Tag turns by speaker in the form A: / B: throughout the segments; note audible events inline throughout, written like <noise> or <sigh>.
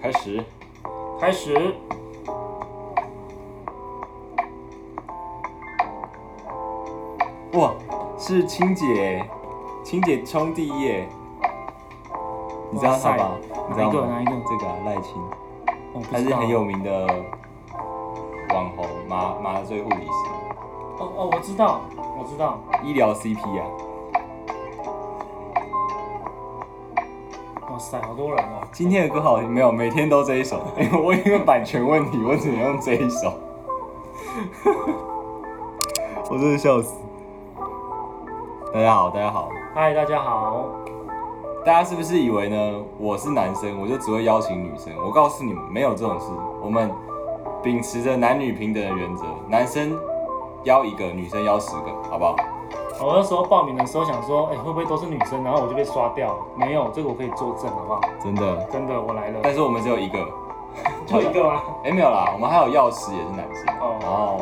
A: 开始，开始。
B: 哇，是清姐，清姐冲第一耶！你知道她吧？你知
A: 哪一
B: 道
A: 个？
B: 吗
A: 哪一？个？
B: 这个啊赖、清，
A: 我哦不
B: 她
A: 知
B: 是
A: 道。
B: 很有名的网红，麻麻醉护理师，
A: 哦哦，我知道，我知道。
B: 医疗 CP 啊。
A: 哇塞，好多人哦。
B: 今天的歌好没有，每天都这一首， <laughs> 因为我因为版权问题，我只能用这一首。 <laughs> 我真的笑死！大家好，大家好，
A: 嗨，大家好。哦
B: 大家是不是以为呢？我是男生，我就只会邀请女生？我告诉你们，没有这种事。我们秉持着男女平等的原则，男生邀一个，女生邀十个，好不好？
A: 我那时候报名的时候想说，哎、会不会都是女生？然后我就被刷掉了。没有，这个我可以作证，好不好？
B: 真的。
A: 真的，我来了。
B: 但是我们只有一个，
A: 就一个吗？
B: 哎、没有啦，我们还有药师也是男生。
A: 哦
B: 然后，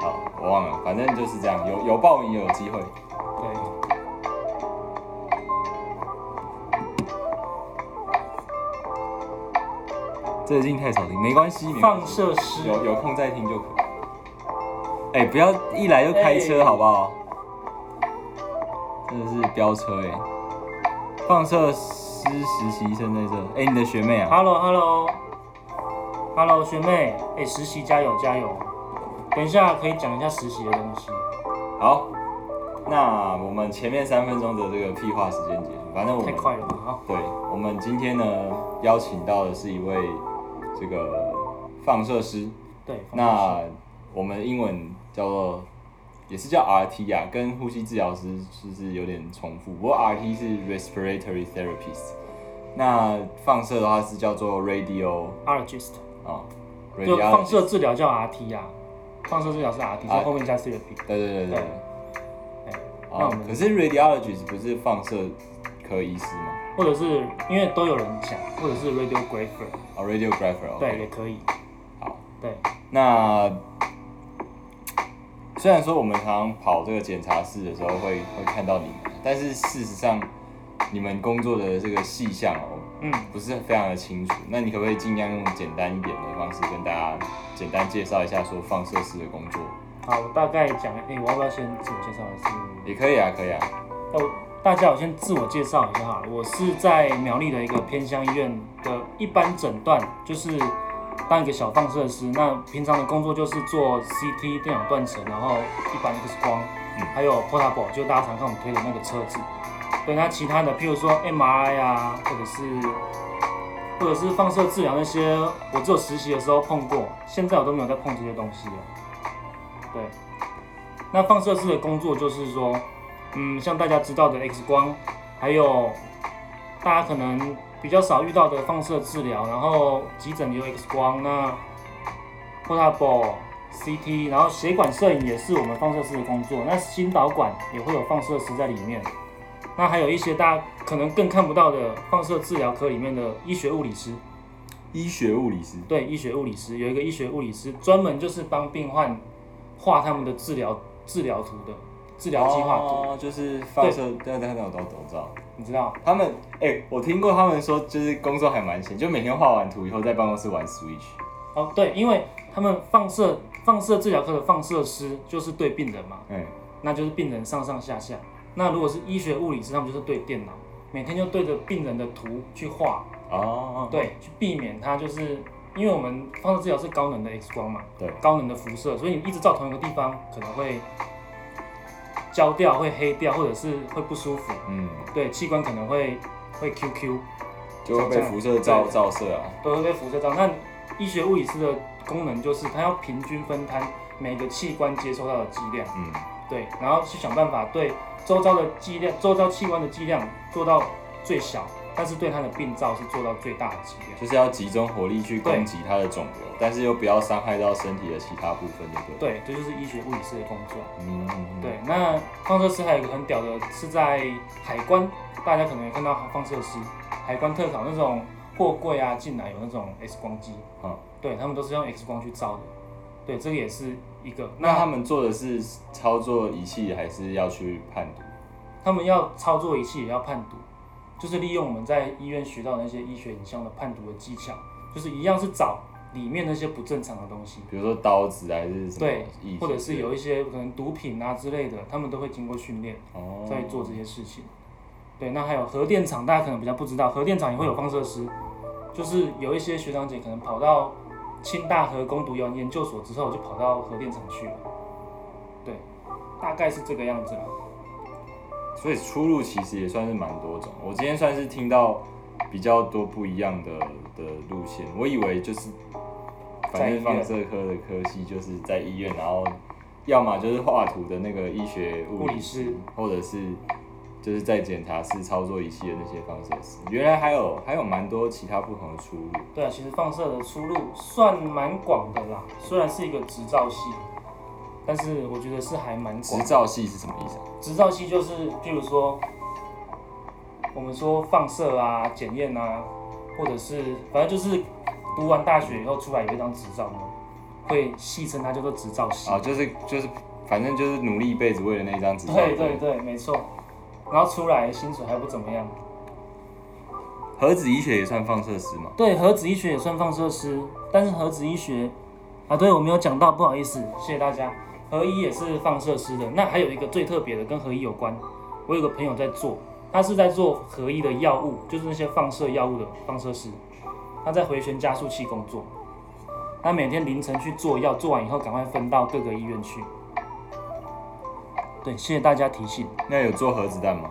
B: 好，我忘了，反正就是这样，有有报名也有机会。
A: 对。
B: 这已经太少听，没关系，没
A: 放
B: 关系
A: 射师。
B: 有有空再听就可以。哎、不要一来就开车
A: 哎
B: 好不好？真的是飙车哎、放射师实习生在这，哎、你的学妹啊，
A: Hello，Hello，Hello，学妹，哎、实习加油加油！等一下可以讲一下实习的东西。
B: 哦好，那我们前面三分钟的这个屁话时间结束，反正我
A: 太
B: 们
A: 快了吧？好，
B: 对，我们今天呢邀请到的是一位这个放射师，
A: 对。
B: 那我们英文叫做也是叫 RT 啊，跟呼吸治疗师就是有点重复，不过 RT 是 respiratory therapist，那放射的话是叫做 radio
A: Artist，
B: 啊、r a d
A: 就
B: i o
A: 放射治疗叫 RT 啊，放射治疗是 RT，
B: 啊
A: 所以后面加 CFP。
B: 对对对
A: 对
B: 对。
A: 哎那我
B: 哦，
A: 们
B: 可是 radiologist 不是放射科医师吗？
A: 或者是因为都有人讲，或者是 radiographer，
B: 哦，radiographer，哦
A: 对，也可以。
B: 好，
A: 对，
B: 那虽然说我们常常跑这个检查室的时候会会看到你们，但是事实上你们工作的这个细项哦，
A: 嗯，
B: 不是非常的清楚。那你可不可以尽量用简单一点的方式跟大家简单介绍一下说放射师的工作？
A: 好，我大概讲，哎、我要不要先自我介绍还是？
B: 也可以啊，可以啊。
A: 哦，大家我先自我介绍一下好了，我是在苗栗的一个偏乡医院的一般诊断，就是当一个小放射师。那平常的工作就是做 CT 电脑断层，然后一般 X 光，
B: 嗯
A: 还有 portable，就大家常看我们推的那个车子。对，那其他的，譬如说 MRI 啊，或者是或者是放射治疗那些，我只有实习的时候碰过，现在我都没有再碰这些东西了。对，那放射师的工作就是说，嗯，像大家知道的 X 光，还有大家可能比较少遇到的放射治疗，然后急诊也有 X 光，那 portable CT，然后血管摄影也是我们放射师的工作，那心导管也会有放射师在里面。那还有一些大家可能更看不到的放射治疗科里面的医学物理师，
B: 医学物理师，
A: 对，医学物理师有一个医学物理师，专门就是帮病患画他们的治疗治疗图的治疗计划图，
B: 哦、就是放射，对对对，我懂懂知道。
A: 你知道？
B: 他们，哎、我听过他们说，就是工作还蛮闲，就每天画完图以后在办公室玩 Switch。
A: 哦，对，因为他们放射放射治疗科的放射师就是对病人嘛，
B: 嗯，
A: 那就是病人上上下下。那如果是医学物理师，他们就是对电脑，每天就对着病人的图去画，
B: 哦，
A: 对，去避免他就是因为我们放射治疗是高能的 X 光嘛，
B: 对，
A: 高能的辐射，所以你一直照同一个地方，可能会焦掉、会黑掉，或者是会不舒服，
B: 嗯，
A: 对，器官可能会会 QQ，
B: 就会被辐射照照射啊。
A: 都会被辐射到。那医学物理师的功能就是它要平均分摊每个器官接收到的剂量，
B: 嗯，
A: 对，然后去想办法对周遭的剂量、周遭器官的剂量做到最小，但是对它的病灶是做到最大的剂量。
B: 就是要集中火力去攻击它的肿瘤，但是又不要伤害到身体的其他部分，对不对？
A: 对，这就是医学物理师的工作。
B: 嗯，嗯，
A: 对，那放射师还有一个很屌的是在海关，大家可能也看到放射师海关特考那种货柜啊进来有那种 X 光机，
B: 嗯
A: 对他们都是用 X 光去照的。对，这个也是一个。
B: 那他们做的是操作仪器，还是要去判读？
A: 他们要操作仪器也要判读，就是利用我们在医院学到的那些医学影像的判读的技巧，就是一样是找里面那些不正常的东西，
B: 比如说刀子还是什么
A: 对
B: 异，
A: 或者
B: 形
A: 是
B: 之类
A: 有一些可能毒品啊之类的，他们都会经过训练
B: 的哦，
A: 在做这些事情。对，那还有核电厂，大家可能比较不知道，核电厂也会有放射师，就是有一些学长姐可能跑到清大核工读研研究所之后，就跑到核电厂去了。对，大概是这个样子啦。
B: 所以出路其实也算是蛮多种。我今天算是听到比较多不一样的的路线，我以为就是反正放射科的科系就是在医院，然后要么就是画图的那个医学物
A: 物理
B: 理
A: 师
B: 师，或者是就是在检查室操作仪器的那些放射师。原来还有还有蛮多其他不同的出路。
A: 对啊，其实放射的出路算蛮广的啦，虽然是一个执照系，但是我觉得是还蛮
B: 执
A: 广。
B: 照系是什么意思啊？
A: 执照系就是，譬如说，我们说放射啊、检验啊，或者是反正就是读完大学以后出来有一张执照呢，会戏称它叫做执照系。
B: 啊，就是就是反正就是努力一辈子为了那一张执照。
A: 对对对，没错。然后出来薪水还不怎么样。
B: 核子医学也算放射师嘛？
A: 对，核子医学也算放射师，但是核子医学啊，对我没有讲到，不好意思，谢谢大家。核一也是放射师的，那还有一个最特别的跟核一有关，我有个朋友在做，他是在做核一的药物，就是那些放射药物的放射师，他在回旋加速器工作，他每天凌晨去做药，做完以后赶快分到各个医院去。对，谢谢大家提醒。
B: 那有做核子弹吗？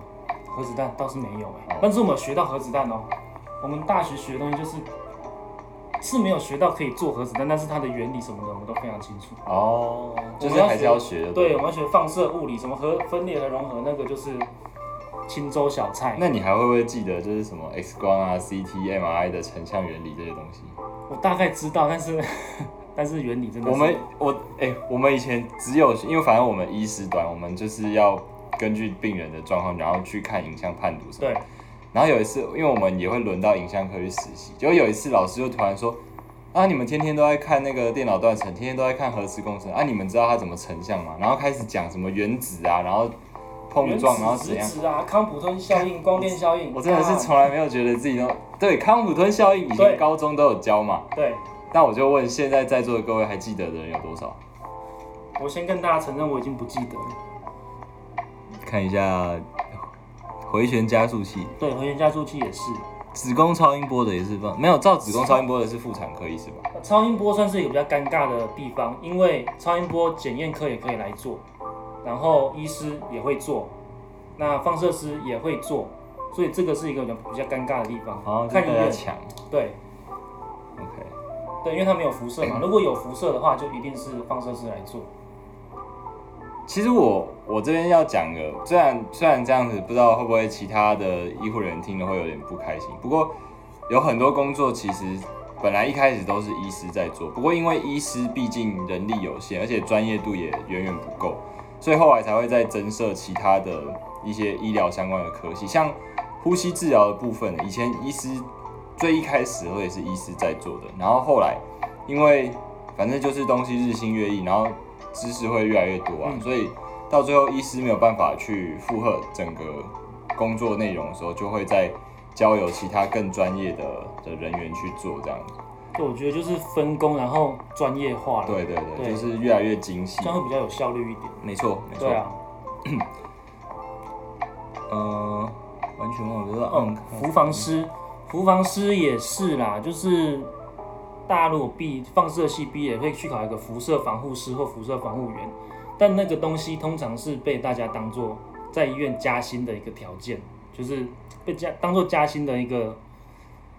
A: 核子弹倒是没有哎、
B: 哦
A: 但是我们有学到核子弹哦。我们大学学的东西就是是没有学到可以做核子弹，但是它的原理什么的我们都非常清楚。
B: 哦，就
A: 我
B: 是
A: 们要
B: 还是要学的。
A: 对，我们要学放射物理，什么核分裂和融合，那个就是青州小菜。
B: 那你还会不会记得就是什么 X 光啊、CT、MRI 的成像原理这些东西？
A: 我大概知道，但是但是原理真的
B: 我
A: 是
B: 们我哎、我们以前只有因为反正我们医师端，我们就是要根据病人的状况，然后去看影像判读什么。
A: 对
B: 然后有一次，因为我们也会轮到影像科去实习，就有一次老师就突然说：“啊，你们天天都在看那个电脑断层，天天都在看核磁共振，啊，你们知道它怎么成像吗？”然后开始讲什么原子啊，然后碰撞，然后
A: 原子质
B: 怎样。
A: 子啊，康普顿效应、光电效应，
B: 我真的是
A: 啊
B: 从来没有觉得自己都对康普顿效应，以
A: 对
B: 前高中都有教嘛。
A: 对。
B: 那我就问现在在座的各位，还记得的人有多少？
A: 我先跟大家承认，我已经不记得了。
B: 看一下回旋加速器、
A: 对，回旋加速器也是，
B: 子宫超音波的也是放，没有照子宫超音波的是妇产科医师吧？
A: 超音波算是一个比较尴尬的地方，因为超音波检验科也可以来做，然后医师也会做，那放射师也会做，所以这个是一个比较尴尬的地方。
B: 好，就
A: 看
B: 大
A: 医
B: 家
A: 院，
B: 抢。
A: 哦对啊
B: OK，
A: 对，因为它没有辐 <clears throat> 射嘛，如果有辐射的话，就一定是放射师来做。
B: 其实我我这边要讲个，虽然虽然这样子，不知道会不会其他的医护人员听了会有点不开心。不过有很多工作其实本来一开始都是医师在做，不过因为医师毕竟人力有限，而且专业度也远远不够，所以后来才会再增设其他的一些医疗相关的科系，像呼吸治疗的部分，以前医师最一开始我也是医师在做的，然后后来因为反正就是东西日新月异，然后知识会越来越多啊，
A: 嗯
B: 所以到最后医师没有办法去负荷整个工作内容的时候，就会在交由其他更专业的的人员去做这样子。
A: 对，我觉得就是分工，然后专业化了，
B: 对对对，
A: 对
B: 就是越来越精细
A: 这。样会比较有效率一点。
B: 没错，没错。
A: 对啊，
B: 呃，完全忘了。
A: 嗯
B: 嗯，，
A: 服防师，服防师也是啦，就是大家如果毕放射系毕业，也会去考一个辐射防护师或辐射防护员，但那个东西通常是被大家当做在医院加薪的一个条件，就是被加当做加薪的一个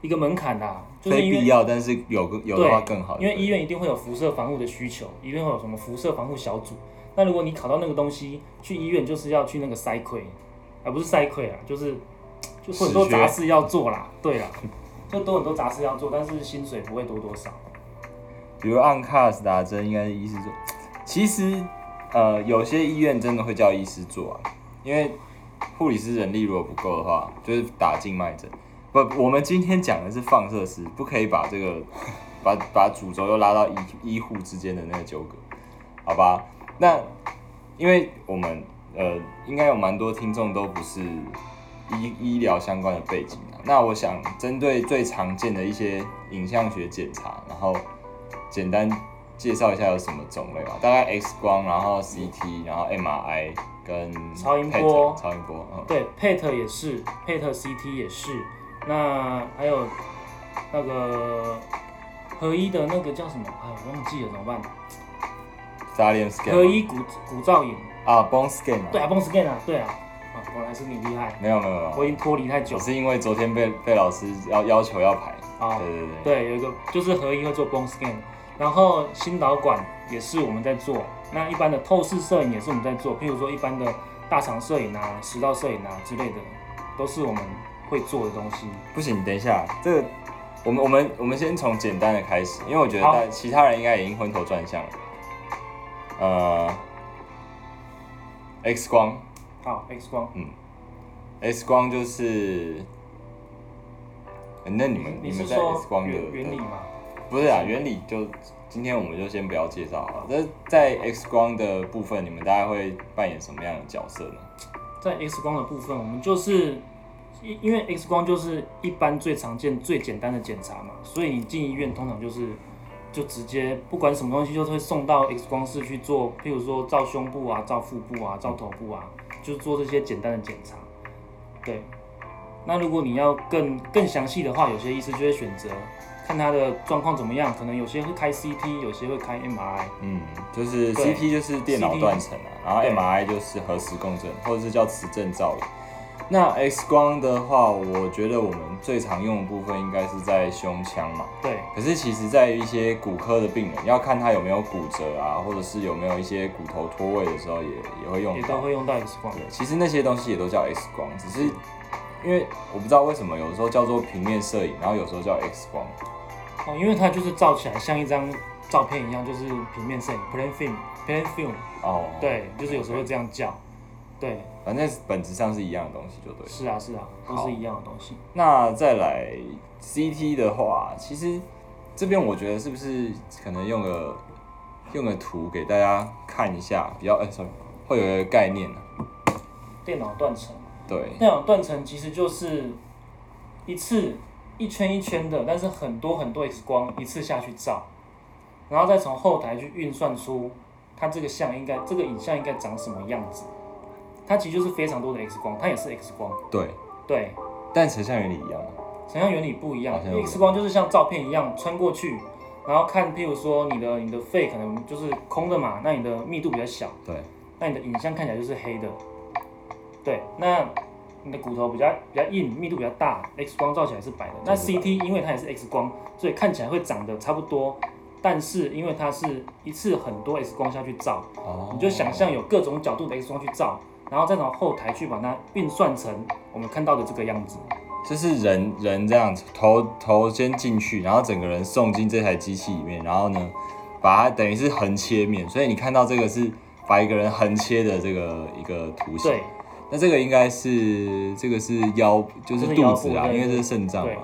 A: 一个门槛啦，就是
B: 非
A: 因为
B: 必要，但是有个有的话更好。
A: 因为医
B: 对
A: 院一定会有辐射防护的需求，一定会有什么辐射防护小组。那如果你考到那个东西，去医院就是要去那个塞溃，而、不是塞溃啊，就是就是很多
B: 死穴
A: 杂事要做啦，对啦，就都很多杂事要做，但是薪水不会多多少。
B: 比如按卡斯打针，应该是医师做。其实，呃，有些医院真的会叫医师做啊，因为护理师人力如果不够的话，就是打静脉针。不，我们今天讲的是放射师，不可以把这个 <laughs> 把把主轴又拉到医医护之间的那个纠葛，好吧？那因为我们呃，应该有蛮多听众都不是医医疗相关的背景啊。那我想针对最常见的一些影像学检查，然后简单介绍一下有什么种类吧。大概 X 光，然后 CT，然后 MRI 跟 E
A: 超音
B: PET
A: 波
B: 超音波，嗯，
A: 对，PET 也是，PET CT 也是，那还有那个合一的那个叫什么？哎，我忘记了，怎么办？
B: 扎链 scan
A: 合
B: 吗
A: 一骨骨造影，
B: 啊，bone scan 啊
A: 对啊，bone scan 啊，对啊，啊，果然是你厉害，
B: 没有没有没有，
A: 我已经脱离太久
B: 我
A: 了。
B: 是因为昨天被被老师要要求要排，
A: 啊
B: 对对对，
A: 对，有一个就是合一会做 bone scan，然后心导管也是我们在做，那一般的透视摄影也是我们在做，譬如说一般的大肠摄影啊、食道摄影啊之类的，都是我们会做的东西。
B: 不行，等一下，这个我们我们我们先从简单的开始，因为我觉得
A: 好
B: 大其他人应该已经昏头转向了。呃，X 光，
A: 好，X 光，
B: 嗯，X 光就是，呃那你们
A: 你
B: 们
A: 是
B: 在
A: 说
B: X 光的
A: 原原理
B: 的
A: 吗？
B: 不是啊，原理就今天我们就先不要介绍了。那在 X 光的部分，你们大概会扮演什么样的角色呢？
A: 在 X 光的部分，我们就是因因为 X 光就是一般最常见、最简单的检查嘛，所以你进医院通常就是就直接不管什么东西，就会送到 X 光室去做，譬如说照胸部啊、照腹部啊、照头部啊，就是做这些简单的检查。对，那如果你要更更详细的话，有些医师就会选择看他的状况怎么样，可能有些会开 CT，有些会开 MRI。
B: 嗯，就是
A: 对
B: CT 就是电脑
A: CT
B: 断层啊，然后
A: 对
B: MRI 就是核磁共振，或者是叫磁振造影。那 X 光的话，我觉得我们最常用的部分应该是在胸腔嘛。
A: 对，
B: 可是其实，在一些骨科的病人，要看他有没有骨折啊，或者是有没有一些骨头脱位的时候也，也会用
A: 也
B: 到
A: 都。会用到 X 光
B: 对。，其实那些东西也都叫 X 光，只是因为我不知道为什么有时候叫做平面摄影，然后有时候叫 X 光。
A: 哦，因为它就是照起来像一张照片一样，就是平面摄影 （plain film）。plain film，
B: 哦，，
A: 对，就是有时候会这样叫。对，
B: 反正本质上是一样的东西，就对了。
A: 是啊，是啊，都
B: 好
A: 是一样的东西。
B: 那再来 CT 的话，其实这边我觉得是不是可能用个用个图给大家看一下，比较哎、sorry，会有一个概念啊。
A: 电脑断层，
B: 对，
A: 电脑断层其实就是一次一圈一圈的，但是很多很多 X 光一次下去照，然后再从后台去运算出它这个像应该这个影像应该长什么样子。它其实就是非常多的 X 光，它也是 X 光，
B: 对，
A: 对，
B: 但成像原理一样啊。
A: 成像原理不一样
B: 好，像
A: 因
B: 有
A: 为 X 光就是像照片一样穿过去，然后看，譬如说你的你的肺可能就是空的嘛，那你的密度比较小，
B: 对，
A: 那你的影像看起来就是黑的。对，那你的骨头比较比较硬，密度比较大，X 光照起来是白的。那
B: 就是白
A: CT 因为它也是 X 光，所以看起来会长得差不多，但是因为它是一次很多 X 光下去照，
B: 哦
A: 你就想象有各种角度的 X 光去照，然后再从后台去把它运算成我们看到的这个样子。
B: 就是人人这样子，头头先进去，然后整个人送进这台机器里面，然后呢，把它等于是横切面，所以你看到这个是把一个人横切的这个一个图形。
A: 对，
B: 那这个应该是这个是腰，就是肚子啊，
A: 这是腰部对
B: 因为这是肾脏
A: 对
B: 嘛。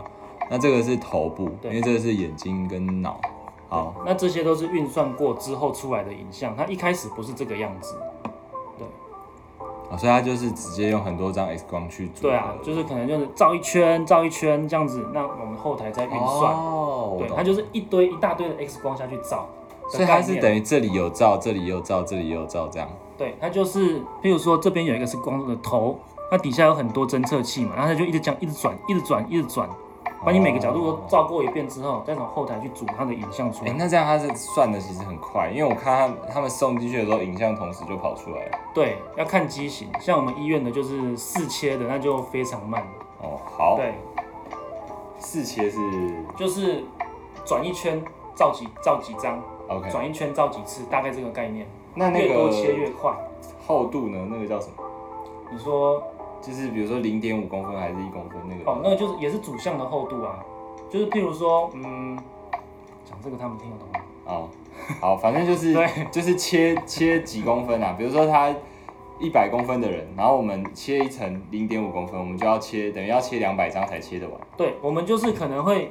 B: 那这个是头部，因
A: 对
B: 为这个是眼睛跟脑。好，
A: 那这些都是运算过之后出来的影像，它一开始不是这个样子。
B: 啊所以它就是直接用很多张 X 光去做。
A: 对啊，就是可能就是照一圈，照一圈这样子，那我们后台再运算。
B: 哦，我
A: 对，
B: 懂
A: 它就是一堆一大堆的 X 光下去照的概念。
B: 所以它是等于这里有照，这里有照，这里有照这样。
A: 对，它就是，譬如说这边有一个是光的头，它底下有很多侦测器嘛，然后它就一直这样一直转，一直转，一直转，把你每个角度都照过一遍之后，再从后台去组它的影像出
B: 哎、
A: 来。
B: 那这样它是算的其实很快，因为我看他他们送进去的时候，影像同时就跑出来了。
A: 对，要看机型，像我们医院的就是四切的，那就非常慢。
B: 哦，好，
A: 对，
B: 四切是
A: 就是转一圈照几照几张，
B: OK，
A: 转一圈照几次，大概这个概念。
B: 那那
A: 越多切
B: 个
A: 越快。
B: 厚度呢？那个叫什么？
A: 你说
B: 就是比如说零点五公分还是一公分那个？
A: 哦，那个就是也是主项的厚度啊，就是譬如说，嗯，讲这个他们听得懂吗？
B: 哦，好，反正就是
A: 对
B: 就是切切几公分啊，比如说他一百公分的人，然后我们切一层零点五公分，我们就要切，等于要切两百张才切得完。
A: 对，我们就是可能会，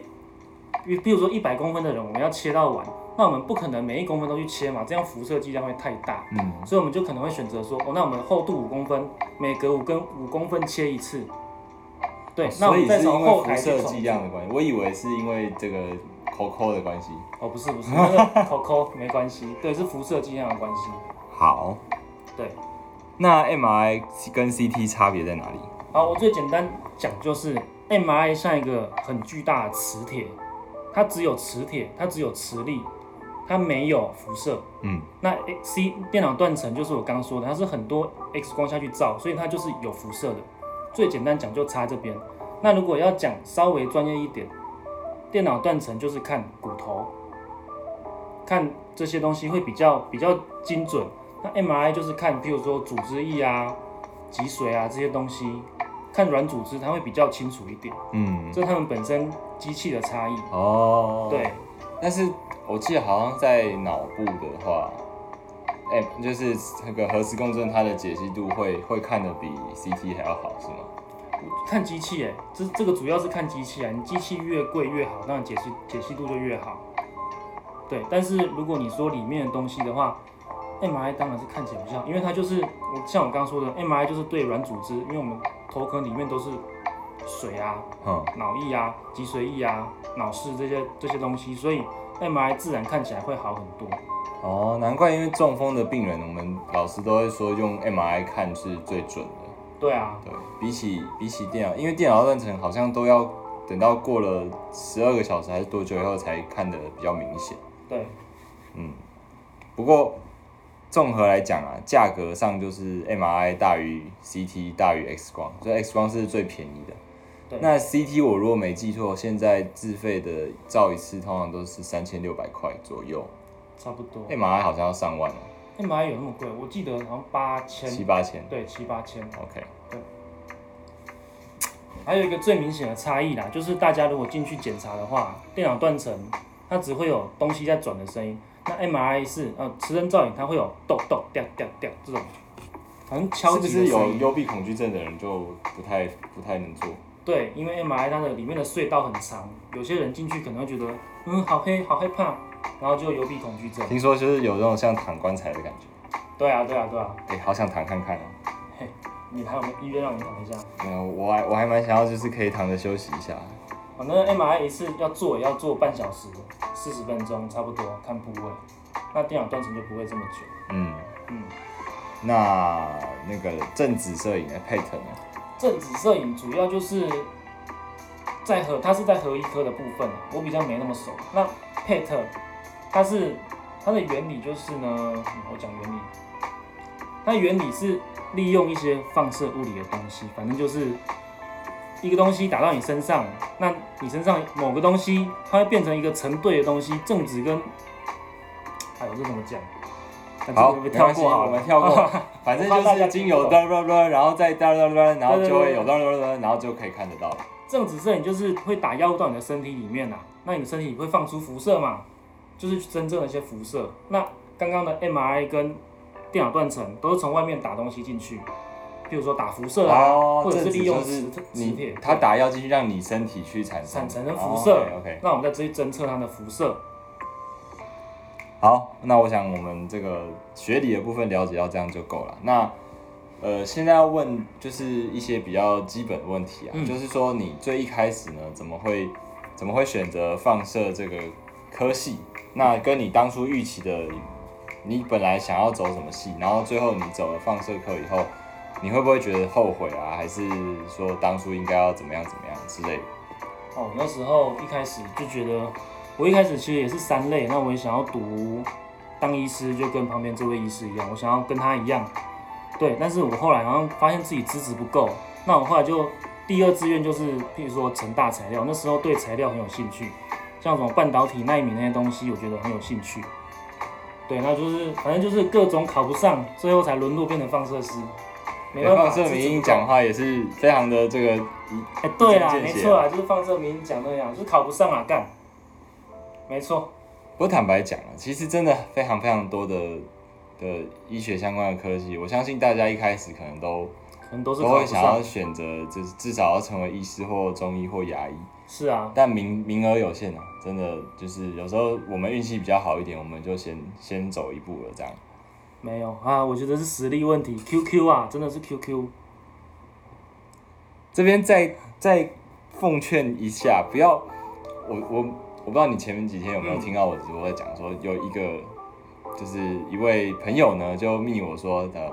A: 比譬如说一百公分的人，我们要切到完，那我们不可能每一公分都去切嘛，这样辐射剂量会太大，
B: 嗯，
A: 所以我们就可能会选择说，哦，那我们厚度五公分，每隔五根五公分切一次，对，
B: 哦
A: 那我
B: 所以
A: 们
B: 是
A: 再
B: 因
A: 从
B: 为
A: 后
B: 辐
A: 台去
B: 射
A: 重
B: 剂量的关系，我以为是因为这个 COCO 的关系。
A: 哦，不是不是，那个口口没关系，对，是辐射剂量的关系。
B: 好，
A: 对，
B: 那 MRI 跟 CT 差别在哪里？
A: 好，我最简单讲就是 MRI 像一个很巨大的磁铁，它只有磁铁，它只有磁力，它没有辐射。
B: 嗯，
A: 那 C 电脑断层就是我刚说的，它是很多 X 光下去照，所以它就是有辐射的。最简单讲就差这边。那如果要讲稍微专业一点，电脑断层就是看骨头，看这些东西会比较比较精准。那 MRI 就是看，譬如说组织液啊、脊髓啊这些东西，看软组织它会比较清楚一点。
B: 嗯，
A: 这是它们本身机器的差异。
B: 哦，
A: 对，
B: 但是我记得好像在脑部的话，哎、就是那个核磁共振，它的解析度会会看得比 CT 还要好，是吗？
A: 看机器哎、这这个主要是看机器啊，你机器越贵越好，当然解析解析度就越好。对，但是如果你说里面的东西的话，MRI 当然是看起来比较好，因为它就是我像我刚说的，MRI 就是对软组织，因为我们头壳里面都是水啊、
B: 嗯，
A: 脑液啊、脊髓液啊、脑室这些这些东西，所以 MRI 自然看起来会好很多。
B: 哦，难怪，因为中风的病人，我们老师都会说用 MRI 看是最准的。
A: 对啊，
B: 对，比起比起电脑，因为电脑断层好像都要等到过了十二个小时还是多久以后才看得比较明显。
A: 对，
B: 嗯，不过综合来讲啊，价格上就是 MRI 大于 CT 大于 X 光，所以 X 光是最便宜的
A: 对。
B: 那 CT 我如果没记错，现在自费的照一次通常都是三千六百块左右
A: 差不多。
B: ，MRI 好像要上万哦，
A: MRI 有那么贵？我记得好像八千，
B: 七八千。
A: 对，七八千。
B: OK，
A: 还有一个最明显的差异啦，就是大家如果进去检查的话，电脑断层它只会有东西在转的声音，那 MRI 是呃磁针造影，它会有咚咚掉掉掉这种，好像敲
B: 是不
A: 击
B: 是
A: 的声
B: 有
A: 音。
B: 幽闭恐惧症的人就不太不太能做？
A: 对，因为 MRI 它的里面的隧道很长，有些人进去可能会觉得嗯好黑好害怕，然后就有幽闭恐惧症。
B: 听说就是有那种像躺棺材的感觉，
A: 对啊对啊对啊，
B: 哎、好想躺看看哦。
A: 你还有没有医院让你躺一下？
B: 嗯，我还我还蛮想要就是可以躺着休息一下。
A: 反正 MRI 一次要做也要做半小时，四十分钟差不多看部位，那电脑断层就不会这么久。
B: 嗯。
A: 嗯。
B: 那那个正子摄影的 Pat 呢？
A: 正子摄影主要就是在和它是在核一科的部分，我比较没那么熟。那 PET 它是它的原理就是呢，嗯我讲原理，它原理是利用一些放射物理的东西，反正就是一个东西打到你身上，那你身上某个东西它会变成一个成对的东西，正子跟，哎呦这怎么讲？那这
B: 好，
A: 个
B: 没
A: 跳
B: 关系，
A: 过啊好了，
B: 我们跳过，
A: <laughs>
B: 反正就是经由哒哒哒，然后再哒哒哒，然后就会有哒哒哒，然后就可以看得到了。
A: 正子摄影就是会打药物到你的身体里面呐、啊那你的身体会放出辐射嘛，就是真正的一些辐射。那刚刚的 MRI 跟电脑断层都是从外面打东西进去，譬如说打辐射啊，或者
B: 哦正
A: 是
B: 子
A: 利用
B: 就
A: 磁
B: 是
A: 磁铁
B: 你，它打药进去，让你身体去产生哦
A: 产生的辐射
B: OK，
A: 那我们再直接侦测它的辐射。
B: 好，那我想我们这个学理的部分了解到这样就够了。那呃，现在要问就是一些比较基本的问题啊，
A: 嗯
B: 就是说你最一开始呢，怎么会怎么会选择放射这个科系？那跟你当初预期的，你本来想要走什么系，然后最后你走了放射科以后，你会不会觉得后悔啊？还是说当初应该要怎么样怎么样之类的？
A: 哦，那时候一开始就觉得，我一开始其实也是三类，那我也想要读当医师，就跟旁边这位医师一样，我想要跟他一样，对。但是我后来好像发现自己资质不够，那我后来就第二志愿就是，譬如说成大材料，那时候对材料很有兴趣，像什么半导体、纳米那些东西，我觉得很有兴趣。对，那就是反正就是各种考不上，最后才沦落变成放射师。没办法，
B: 放射
A: 资质
B: 明
A: 不
B: 英
A: 够
B: 讲话也是非常的这个
A: 哎、对啦，
B: 一针
A: 没
B: 见血啊
A: 错啦，就是放射明讲那样，就是考不上啊，干，没错，
B: 我坦白讲啊，其实真的非常非常多的的医学相关的科技，我相信大家一开始可能都
A: 可能都是
B: 都
A: 考
B: 会
A: 不
B: 想要
A: 上。
B: 选择，就是至少要成为医师或中医或牙医，
A: 是啊，
B: 但名名额有限啊，真的就是有时候我们运气比较好一点，我们就先先走一步了这样。
A: 没有啊，我觉得是实力问题。QQ 啊，真的是 QQ。
B: 这边再再奉劝一下，不要我我我不知道你前面几天有没有
A: 嗯
B: 听到我直播在讲说，有一个就是一位朋友呢就密我说的。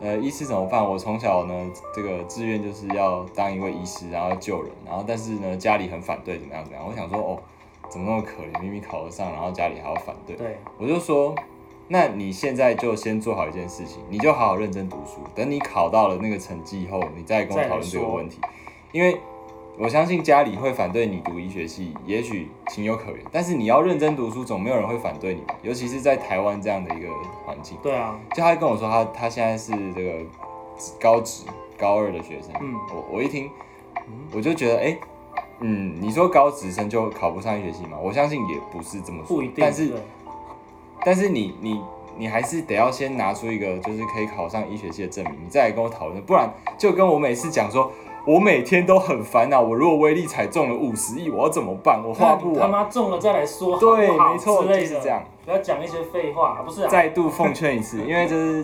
B: 呃，医师怎么办？我从小呢，这个志愿就是要当一位医师，然后救人，然后但是呢，家里很反对，怎么样怎么样？我想说，哦，怎么那么可怜，明明考得上，然后家里还要反对，
A: 对，
B: 我就说，那你现在就先做好一件事情，你就好好认真读书，等你考到了那个成绩以后，你再跟我
A: 再来
B: 讨论这个
A: 说
B: 问题，因为我相信家里会反对你读医学系，也许情有可原，但是你要认真读书，总没有人会反对你吧，尤其是在台湾这样的一个环境。
A: 对啊，
B: 就他跟我说他他现在是这个高职高二的学生，
A: 嗯
B: 我我一听，我就觉得哎、诶嗯，你说高职生就考不上医学系吗？我相信也不是这么说，
A: 不一定。
B: 但是
A: 对
B: 但是你你你还是得要先拿出一个就是可以考上医学系的证明，你再来跟我讨论，不然就跟我每次讲说。我每天都很烦恼，我如果威力彩中了五十亿，我要怎么办？我花不
A: 那你他
B: 完。
A: 妈中了再来说，
B: 对
A: 好不好
B: 没错
A: 之类的
B: 就是这样，
A: 不要讲一些废话，不是啊？
B: 再度奉劝一次，因为就是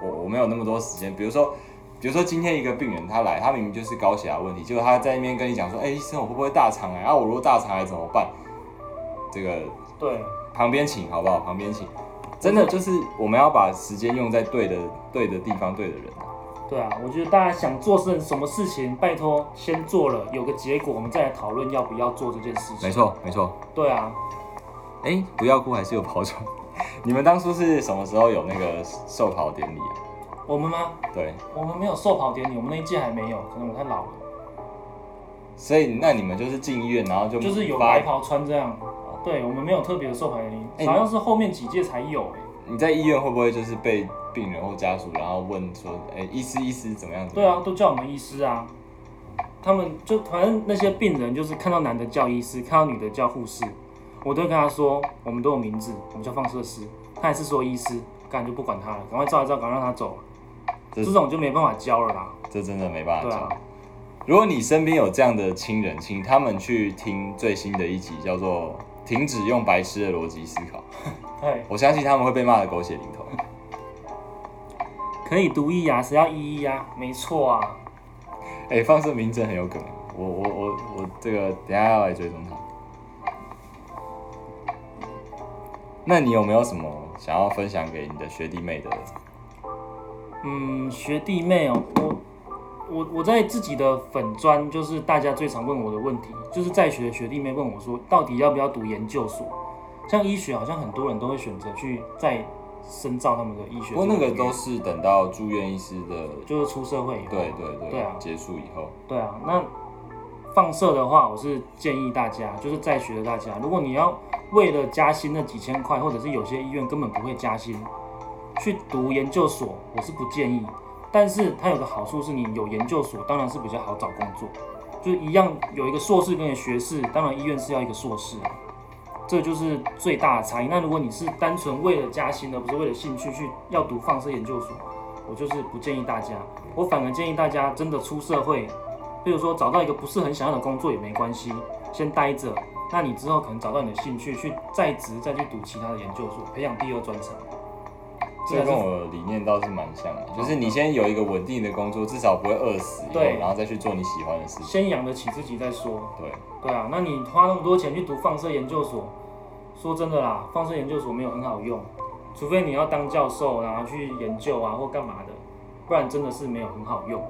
B: 我我没有那么多时间。比如说，比如说今天一个病人他来，他明明就是高血压问题，结果他在那边跟你讲说，哎、医生我会不会大肠癌？啊，我如果大肠癌怎么办？这个
A: 对，
B: 旁边请好不好？旁边请，真的就是我们要把时间用在对的对的地方，对的人。
A: 对啊，我觉得大家想做是什么事情，拜托先做了，有个结果，我们再来讨论要不要做这件事情。
B: 错，没错。
A: 对啊，
B: 哎、不要哭，还是有跑场。 <laughs> 你们当初是什么时候有那个寿袍典礼啊？
A: 我们吗？
B: 对，
A: 我们没有寿跑典礼，我们那一届还没有，可能我太老了。
B: 所以那你们就是进医院，然后就
A: 就是有
B: 发
A: 白哦袍穿这样，对我们没有特别的受牌原
B: 哎
A: 因，好像是后面几届才有、哎，
B: 你在医院会不会就是被病人或家属，然后问说，哎、医师医师怎么样？怎么
A: 对
B: 样
A: 啊，，都叫我们医师啊。他们就反正那些病人就是看到男的叫医师，看到女的叫护士，我都会跟他说，我们都有名字，我们叫放射师，他还是说医师，干就不管他了，赶快照一照，赶快让他走。
B: 这
A: 这种就没办法教了啦，
B: 这真的没办法
A: 对
B: 讲。
A: 啊，
B: 如果你身边有这样的亲人，请他们去听最新的一集，叫做《停止用白痴的逻辑思考》，
A: 对，
B: 我相信他们会被骂得狗血淋头。
A: 可以读一呀，谁要一一呀？没错啊，
B: 哎、放射明真很有梗，我我我我这个等一下要来追踪他。那你有没有什么想要分享给你的学弟妹的？
A: 嗯，学弟妹哦，我我我在自己的粉专，就是大家最常问我的问题，就是在学的学弟妹问我说，到底要不要读研究所？像医学，好像很多人都会选择去再深造他们的医学。
B: 不过那个都是等到住院医师的，
A: 就是出社会以后。
B: 对对对，
A: 对啊
B: 结束以后。
A: 对啊，那放射的话，我是建议大家，就是在学的大家，如果你要为了加薪那几千块，或者是有些医院根本不会加薪，去读研究所，我是不建议。但是它有个好处是，你有研究所，当然是比较好找工作，就是一样有一个硕士跟一个学士，当然医院是要一个硕士啊，这就是最大的差异。那如果你是单纯为了加薪，而不是为了兴趣去要读放射研究所，我就是不建议大家，我反而建议大家真的出社会，比如说找到一个不是很想要的工作也没关系，先待着。那你之后可能找到你的兴趣，去在职再去读其他的研究所，培养第二专长。这
B: 啊
A: 才
B: 这哦啊
A: 是
B: 跟我理念倒是蛮像的，就是你先有一个稳定的工作，至少不会饿死，以后
A: 对
B: 然后再去做你喜欢的事情。
A: 先养得起自己再说。
B: 对，
A: 对啊，那你花那么多钱去读放射研究所，说真的啦，放射研究所没有很好用，除非你要当教授，然后去研究啊或干嘛的，不然真的是没有很好用。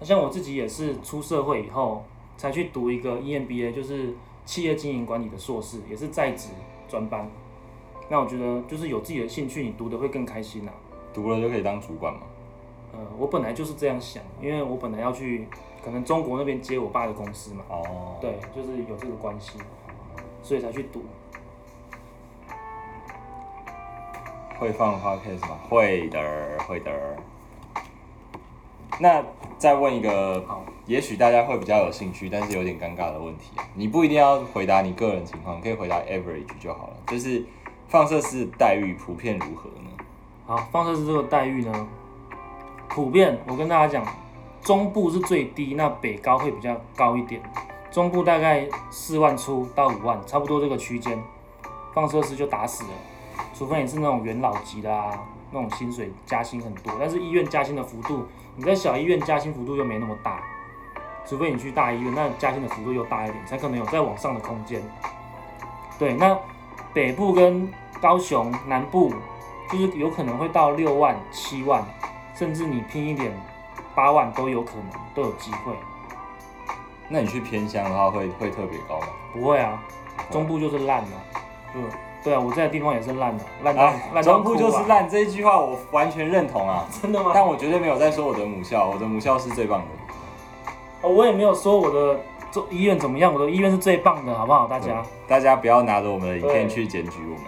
A: 那像我自己也是出社会以后才去读一个 E EMBA，就是企业经营管理的硕士，也是在职专班。那我觉得就是有自己的兴趣，你读的会更开心啊。
B: 读了就可以当主管嘛。
A: 呃，我本来就是这样想，因为我本来要去可能中国那边接我爸的公司嘛。
B: 哦，
A: 对，就是有这个关系，所以才去读。
B: 会放 podcast 吗？会的，会的。那再问一个
A: 好，
B: 也许大家会比较有兴趣，但是有点尴尬的问题啊，你不一定要回答你个人情况，你可以回答 average 就好了。就是放射师的待遇普遍如何呢？
A: 好，放射师这个待遇呢，普遍我跟大家讲，中部是最低，那北高会比较高一点，中部大概四万出到五万，差不多这个区间，放射师就打死了，除非你是那种元老级的啊，那种薪水加薪很多，但是医院加薪的幅度，你在小医院加薪幅度又没那么大，除非你去大医院，那加薪的幅度又大一点，才可能有再往上的空间。对，那北部跟高雄南部就是有可能会到六万、七万，甚至你拼一点八万都有可能，都有机会。
B: 那你去偏乡的话会，会特别高吗？
A: 不会啊，中部就是烂的、嗯，对啊，我在的地方也是烂的，烂到烂、到
B: 中部
A: 哭
B: 就是
A: 啊，
B: 烂这一句话，我完全认
A: <laughs>
B: 同啊。
A: 真的吗？
B: 但我绝对没有在说我的母校，我的母校是最棒的。
A: 哦，我也没有说我的做医院怎么样，我的医院是最棒的，好不好？大家，
B: 大家不要拿着我们的影片
A: 对
B: 去检举我们。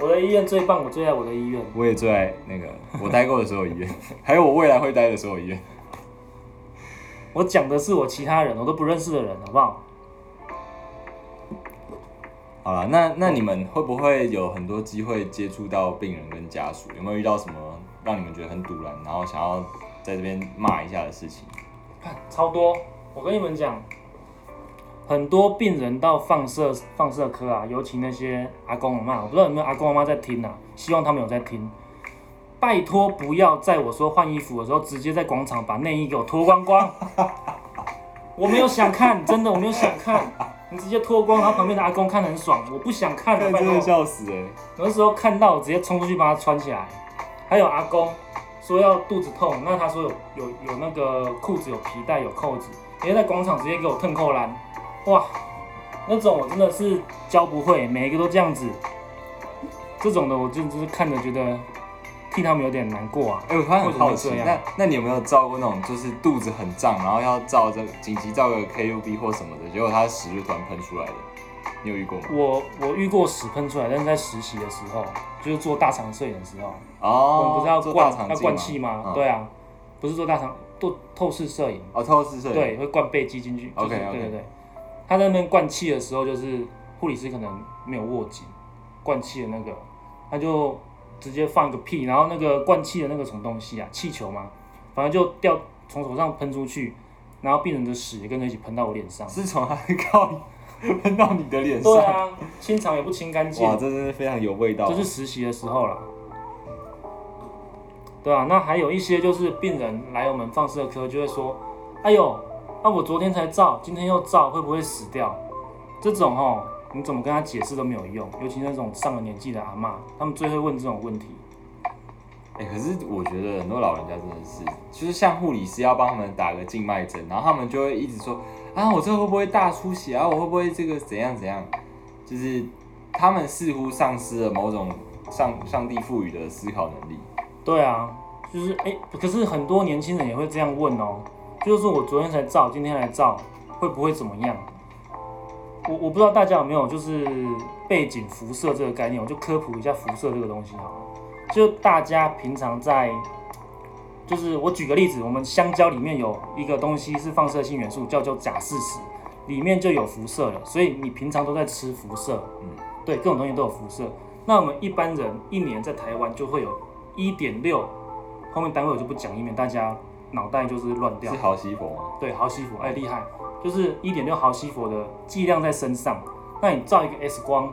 A: 我的医院最棒，我最爱我的医院。
B: 我也最爱那个我待过的所有医院， <laughs> 还有我未来会待的所有医院。
A: 我讲的是我其他人，我都不认识的人，好不好？
B: 好了，那那你们会不会有很多机会接触到病人跟家属？有没有遇到什么让你们觉得很堵然，然后想要在这边骂一下的事情？
A: 看超多，我跟你们讲，很多病人到放射放射科啊，尤其那些阿公阿妈，我不知道有没有阿公阿妈在听啊，希望他们有在听。拜托不要在我说换衣服的时候，直接在广场把内衣给我脱光光。我没有想看，真的我没有想看。你直接脱光，然后旁边的阿公看得很爽，我不想看了，
B: 真
A: 拜
B: 的
A: 托。
B: 笑死哎、
A: 有的时候看到我直接冲出去把它穿起来。还有阿公说要肚子痛，那他说有有有那个裤子有皮带有扣子，人家在广场直接给我腾扣篮，哇，那种我真的是教不会，每一个都这样子。这种的我真的就是看着觉得替他们有点难过啊。
B: 哎、我突然很好奇
A: 为，什么会这
B: 那
A: 样
B: 那你有没有照过那种就是肚子很胀，然后要照这个紧急照个 KUB 或什么的，结果他的屎就突然喷出来的，你有遇过吗？
A: 我我遇过屎喷出来，但是在实习的时候，就是做大肠摄影的时候，我
B: 哦，
A: 们不是要
B: 做
A: 灌
B: 大肠
A: 要
B: 镜
A: 灌气吗？
B: 嗯
A: 对啊，不是做大肠，做透视摄影。
B: 哦，透视摄影，
A: 对，会灌背肌进去。就是
B: OK，OK
A: 对对对。他在那边灌气的时候，就是护理师可能没有握紧灌气的那个，他就直接放一个屁，然后那个灌气的那个什么东西啊，气球嘛，反正就掉从手上喷出去，然后病人的屎也跟着一起喷到我脸上。
B: 是从他的靠喷到你的脸上，
A: 对啊，清肠也不清干净啊
B: 哇，。这真是非常有味道。
A: 这是实习的时候啦。对啊，那还有一些就是病人来我们放射科就会说：“哎呦，那、我昨天才照，今天又照，会不会死掉？”这种哦，你怎么跟他解释都没有用，尤其那种上了年纪的阿嬷，他们最会问这种问题。
B: 哎、可是我觉得很多老人家真的是，就是像护理师要帮他们打个静脉针，然后他们就会一直说啊，我这会不会大出血啊？我会不会这个怎样怎样？就是他们似乎丧失了某种上上帝赋予的思考能力。
A: 对啊，就是哎、可是很多年轻人也会这样问哦，就是说我昨天才照，今天来照，会不会怎么样？我我不知道大家有没有就是背景辐射这个概念，我就科普一下辐射这个东西好了。就大家平常在，就是我举个例子，我们香蕉里面有一个东西是放射性元素，叫做假四十，里面就有辐射了，所以你平常都在吃辐射，
B: 嗯，
A: 对，各种东西都有辐射。那我们一般人一年在台湾就会有一点六，后面单位我就不讲，以免大家脑袋就是乱掉
B: 是。好西佛吗？
A: 对，毫西弗，哎，厉害，就是一点六毫西弗的剂量在身上，那你照一个 X 光，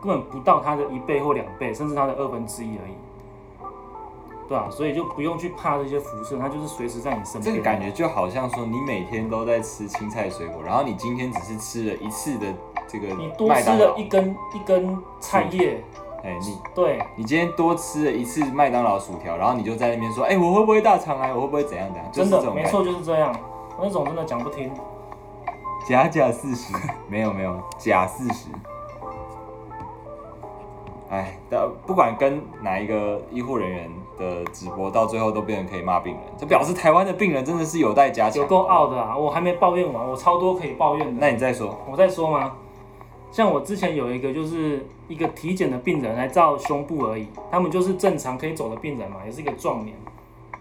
A: 根本不到它的一倍或两倍，甚至它的二分之一而已，对啊，所以就不用去怕这些辐射，它就是随时在你身
B: 这
A: 边。
B: 个感觉就好像说，你每天都在吃青菜水果，然后你今天只是吃了一次的这个
A: 你多
B: 麦
A: 吃
B: 当劳
A: 了，一根一根菜叶，
B: 哎、你
A: 对，
B: 你今天多吃了一次麦当劳薯条，然后你就在那边说，哎、我会不会大肠癌？我会不会怎样怎样？就
A: 真
B: 是这
A: 的
B: 种
A: 没
B: 感觉。
A: 错就是这样，那种真的讲不听。
B: 假假四十， <laughs> 没有没有，假四十。哎，但不管跟哪一个医护人员的直播，到最后都变成可以骂病人，这表示台湾的病人真的是有待加强。
A: 有够傲的啊！我还没抱怨完，我超多可以抱怨的。
B: 那你再说，
A: 我在说吗？像我之前有一个就是一个体检的病人来照胸部而已，他们就是正常可以走的病人嘛，也是一个壮年，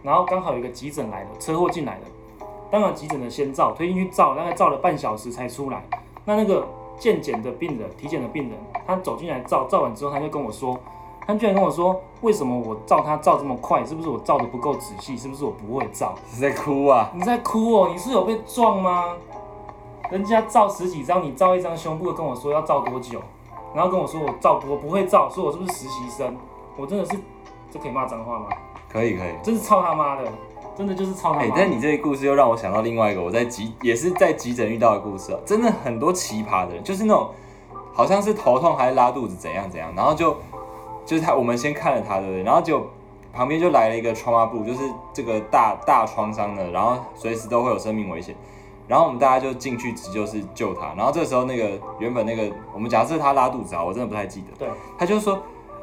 A: 然后刚好有一个急诊来的，车祸进来的，当然急诊的先照，推进去照，大概照了半小时才出来。那那个健检的病人，体检的病人，他走进来照，照完之后他就跟我说，他居然跟我说，为什么我照他照这么快？是不是我照的不够仔细？是不是我不会照？
B: 是在哭啊？
A: 你在哭哦？你是有被撞吗？人家照十几张，你照一张胸部，跟我说要照多久，然后跟我说我照不我不会照，说我是不是实习生？我真的是这可以骂脏话吗？
B: 可以可以。
A: 真是操他妈的，真的就是操他
B: 哎、
A: 妈的。
B: 但你这个故事又让我想到另外一个我在急也是在急诊遇到的故事、哦，真的很多奇葩的人，就是那种好像是头痛还是拉肚子怎样怎样，然后就就是他我们先看了他对不对？然后就旁边就来了一个 trauma 部，就是这个大大创伤的，然后随时都会有生命危险。然后我们大家就进去急救室救他，然后这时候那个原本那个我们假设他拉肚子啊，我真的不太记得，
A: 对，
B: 他就说、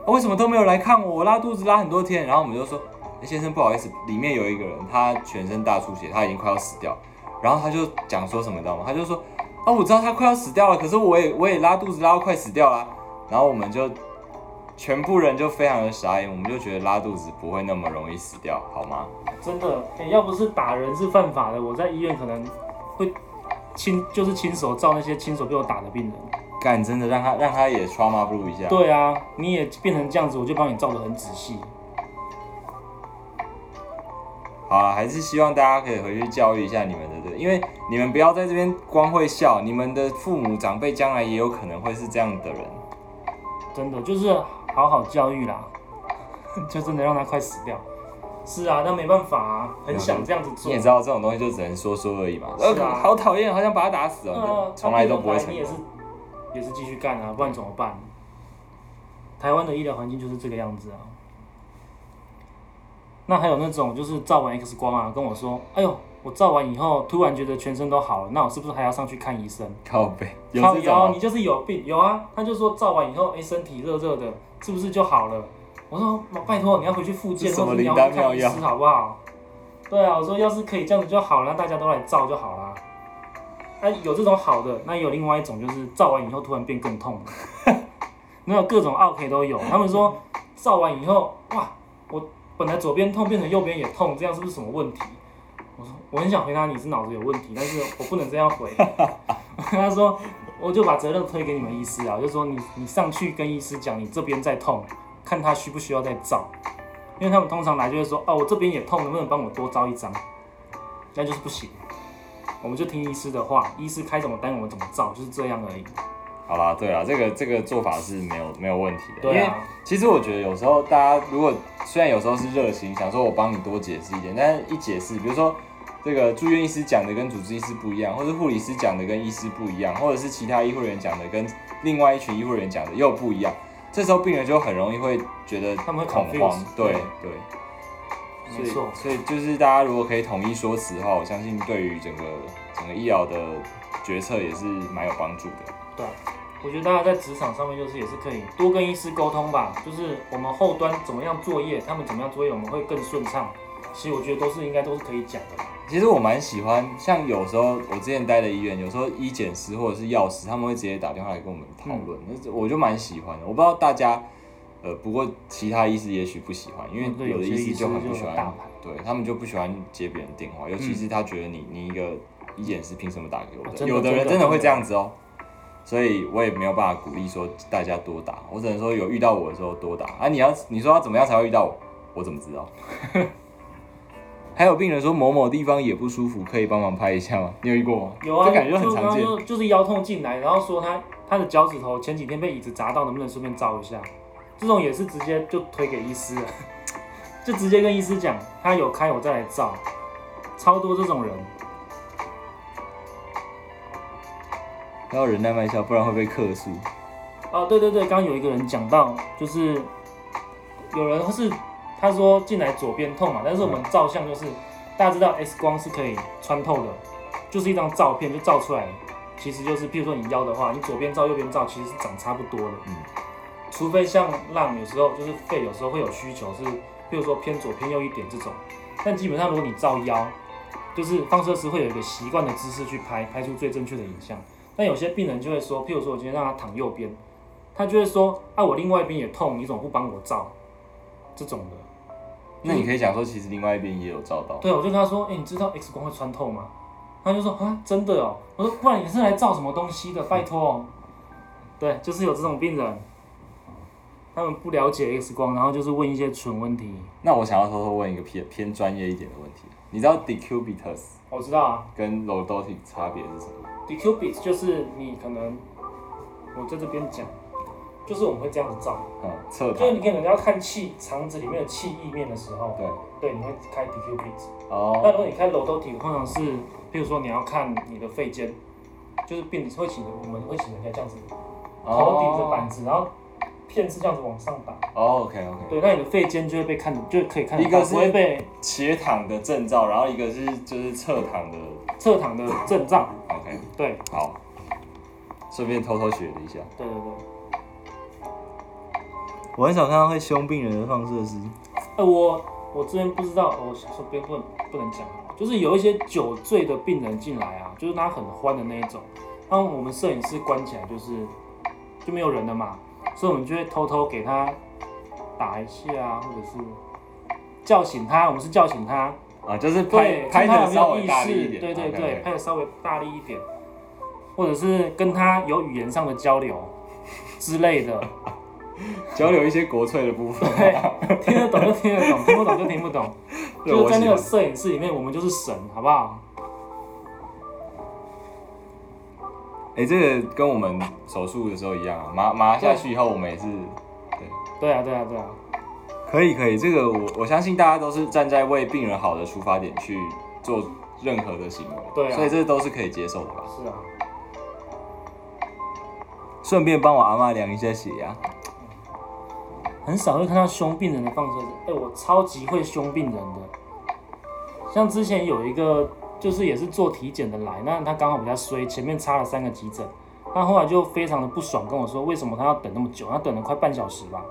B: 哦为什么都没有来看我，我拉肚子拉很多天，然后我们就说，哎、先生不好意思，里面有一个人他全身大出血，他已经快要死掉，然后他就讲说什么你知道吗？他就说，哦我知道他快要死掉了，可是我也我也拉肚子拉到快死掉啦，然后我们就全部人就非常的傻眼，我们就觉得拉肚子不会那么容易死掉，好吗？
A: 真的、哎，要不是打人是犯法的，我在医院可能会亲就是亲手照那些亲手被我打的病人。
B: 干真的让他让他也 trauma blue 一下，
A: 对啊，你也变成这样子，我就帮你照的很仔细。
B: 好了，还是希望大家可以回去教育一下你们的，对，因为你们不要在这边光会笑，你们的父母长辈将来也有可能会是这样的人。
A: 真的就是好好教育啦， <laughs> 就真的让他快死掉。是啊，但没办法啊，很想这样子
B: 你
A: 做
B: 也。知道这种东西就只能说说而已嘛。
A: 是啊
B: 呃好讨厌，好想把他打死哦
A: 嗯，，
B: 从来都不会成
A: 你也是
B: 功。
A: 也是继续干啊，不然怎么办？台湾的医疗环境就是这个样子啊。那还有那种就是照完 X 光啊，跟我说，哎呦，我照完以后突然觉得全身都好了，那我是不是还要上去看医生？
B: 靠背，有
A: 靠
B: 这种
A: 腰，
B: 吗
A: 你就是有病，有啊。他就说照完以后，哎、身体热热的，是不是就好了？我说妈拜托，你要回去复健，
B: 这什么
A: 或者你要
B: 灵
A: 去
B: 丹
A: 看
B: 妙
A: 医
B: 药
A: 师好不好？对啊，我说要是可以这样子就好了，那大家都来照就好啦。那、有这种好的，那也有另外一种就是照完以后突然变更痛， <laughs> 没有各种 OK 都有。他们说照完以后，哇，我本来左边痛变成右边也痛，这样是不是什么问题？我说我很想回答你是脑子有问题，但是我不能这样回。 <laughs> 我跟他说，我就把责任推给你们医师啊，我就说你你上去跟医师讲你这边在痛，看他需不需要再照，因为他们通常来就会说哦我这边也痛，能不能帮我多照一张？那就是不行，我们就听医师的话，医师开什么单我们怎么照，就是这样而已。
B: 好啦，对啦，这个这个做法是没有没有问题的，因
A: 对
B: 为
A: 啊，
B: 其实我觉得有时候大家如果虽然有时候是热心，想说我帮你多解释一点，但是一解释，比如说这个住院医师讲的跟主治医师不一样，或者护理师讲的跟医师不一样，或者是其他医护人员讲的跟另外一群医护人员讲的又不一样，这时候病人就很容易会觉得
A: 他们会
B: 恐
A: confuse，
B: 慌，对对。
A: 没错，
B: 所以，所以就是大家如果可以统一说辞的话，我相信对于整个整个医疗的决策也是蛮有帮助的。
A: 对啊。我觉得大家在职场上面就是也是可以多跟医师沟通吧，就是我们后端怎么样作业，他们怎么样作业，我们会更顺畅。其实我觉得都是应该都是可以讲的吧。
B: 其实我蛮喜欢，像有时候我之前待的医院，有时候医检师或者是药师，他们会直接打电话来跟我们讨论，
A: 嗯
B: 那、是我就蛮喜欢的。我不知道大家，呃，不过其他医师也许不喜欢，因
A: 嗯对
B: 为有的
A: 有些
B: 医
A: 医
B: 师
A: 师
B: 就很不喜
A: 就很大
B: 欢
A: 牌，
B: 对他们就不喜欢接别人电话，尤其是他觉得你你一个医检师凭什么打给我
A: 嗯啊
B: 的？
A: 真的
B: 有的人
A: 真的
B: 真的会
A: 真的
B: 这样子哦。所以我也没有办法鼓励说大家多打，我只能说有遇到我的时候多打啊！你要你说要怎么样才会遇到我，我怎么知道？ <laughs> 还有病人说某某地方也不舒服，可以帮忙拍一下吗？你有遇过吗？
A: 有啊，
B: 这感觉很
A: 就
B: 常
A: 刚
B: 见。
A: 就就是腰痛进来，然后说他他的脚趾头前几天被椅子砸到，能不能顺便照一下？这种也是直接就推给医师了， <laughs> 就直接跟医师讲，他有开我再来照，超多这种人。
B: 要忍耐卖笑，不然会被客诉。
A: 哦，对对对，刚刚有一个人讲到，就是有人是他说进来左边痛嘛，但是我们
B: 嗯
A: 照相就是大家知道 X 光是可以穿透的，就是一张照片就照出来，其实就是譬如说你腰的话，你左边照右边照其实是长差不多的，
B: 嗯
A: 除非像浪有时候就是肺有时候会有需求是，譬如说偏左偏右一点这种，但基本上如果你照腰，就是放射师会有一个习惯的姿势去拍，拍出最正确的影像。但有些病人就会说，譬如说我今天让他躺右边，他就会说啊我另外一边也痛，你怎么不帮我照？这种的。
B: 那你可以讲说，其实另外一边也有照到。
A: 对，我就跟他说，哎、你知道 X 光会穿透吗？他就说啊，真的哦。我说不然你是来照什么东西的？拜托哦。对，就是有这种病人，他们不了解 X 光，然后就是问一些蠢问题。
B: 那我想要偷偷问一个偏偏专业一点的问题，你知道 decubitus
A: 我知道啊
B: 跟 lordotic 差别是什么？
A: d e c u b i t 就是你可能，我在这边讲，就是我们会这样子照，
B: 嗯，侧
A: 就是
B: 躺，
A: 你可能要看气肠子里面的气液面的时候，
B: 对，
A: 对，你会开 DQ p 值。那如
B: 哦，
A: 果你开楼都体，通常是，比如说你要看你的肺尖，就是病会请人我们会请人家这样子，头顶着板子，然后片是这样子往上打，
B: 哦，OK OK，
A: 对，那你的肺尖就会被看，就可以看得
B: 一个
A: 到，
B: 是
A: 不会被
B: 斜躺的正照，然后一个是就是侧躺的
A: 侧躺的症状。
B: ，OK，
A: 对，
B: 好，顺便偷偷学了一下。
A: 对对对。
B: 我很少看到会凶病人的放射师，
A: 哎，我我之前不知道，哦我想说别不能不能讲，啊就是有一些酒醉的病人进来啊，就是他很欢的那一种，然后我们摄影师关起来就是就没有人了嘛，所以我们就会偷偷给他打一下啊，或者是叫醒他，我们是叫醒他，
B: 啊，就是拍
A: 对，
B: 拍
A: 看他
B: 的
A: 有没
B: 稍
A: 有
B: 微
A: 意
B: 大力一
A: 识，
B: 点，哦
A: 对对
B: OK，OK
A: 对，拍的稍微大力一点，或者是跟他有语言上的交流之类
B: <laughs>
A: 的，
B: 交流一些国粹的部 <laughs> 分，
A: 对，听得懂就听得懂，听不懂就听不懂。
B: <laughs> 对
A: 就是
B: 我
A: 在
B: 喜
A: 那个
B: 欢。
A: 摄影室里面，我们就是神，好不好？
B: 哎，这个跟我们手术的时候一样啊，麻麻下去以后，我们也是
A: 对啊，对啊，对啊，
B: 可以可以，这个我我相信大家都是站在为病人好的出发点去做任何的行为，
A: 对啊
B: 所以这都是可以接受的吧。
A: 是啊，
B: 顺便帮我阿妈量一下血啊压，
A: 很少会看到凶病人的放射者。哎、我超级会凶病人的，像之前有一个就是也是做体检的来，那他刚好比较衰，前面插了三个急诊，他后来就非常的不爽，跟我说为什么他要等那么久，他等了快半小时吧。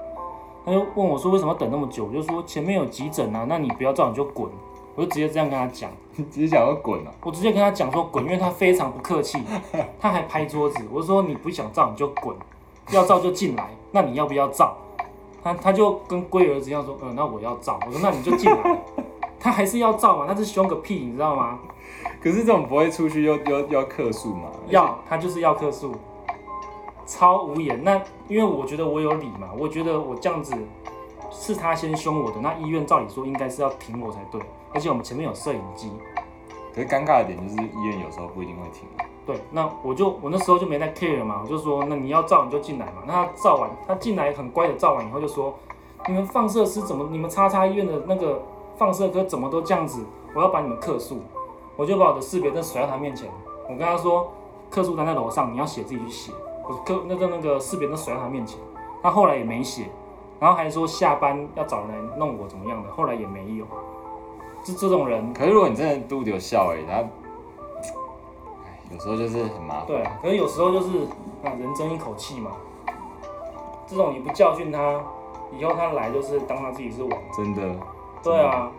A: 他就问我说为什么要等那么久，我就说前面有急诊啊，那你不要照你就滚，我就直接这样跟他讲。
B: <laughs> 只是想要滚啊。
A: 我直接跟他讲说滚，因为他非常不客气，他还拍桌子。我说你不想照你就滚，要照就进来。那你要不要照？他他就跟龟儿子一样说，呃，那我要照。我说那你就进来。他还是要照嘛，他是凶个屁，你知道吗？
B: 可是这种不会出去又又又要克数嘛？
A: 要他就是要克数，超无言。那因为我觉得我有理嘛，我觉得我这样子是他先凶我的，那医院照理说应该是要停我才对，而且我们前面有摄影机，
B: 可是尴尬的点就是医院有时候不一定会停。
A: 对，那我就我那时候就没在 care 嘛，我就说那你要照你就进来嘛。那他照完，他进来很乖的照完以后就说，你们放射师怎么，你们叉叉医院的那个放射科怎么都这样子，我要把你们克诉。我就把我的识别证甩到他面前，我跟他说，克数单在楼上，你要写自己去写。我克那个那个识别证甩到他面前，他后来也没写，然后还说下班要找人来弄我怎么样的，后来也没有。这这种人，
B: 可是如果你真的肚子有笑哎、欸，然后，唉有时候就是很麻烦。
A: 对啊，可是有时候就是啊，人争一口气嘛。这种你不教训他，以后他来就是当他自己是王。
B: 真的
A: 对啊，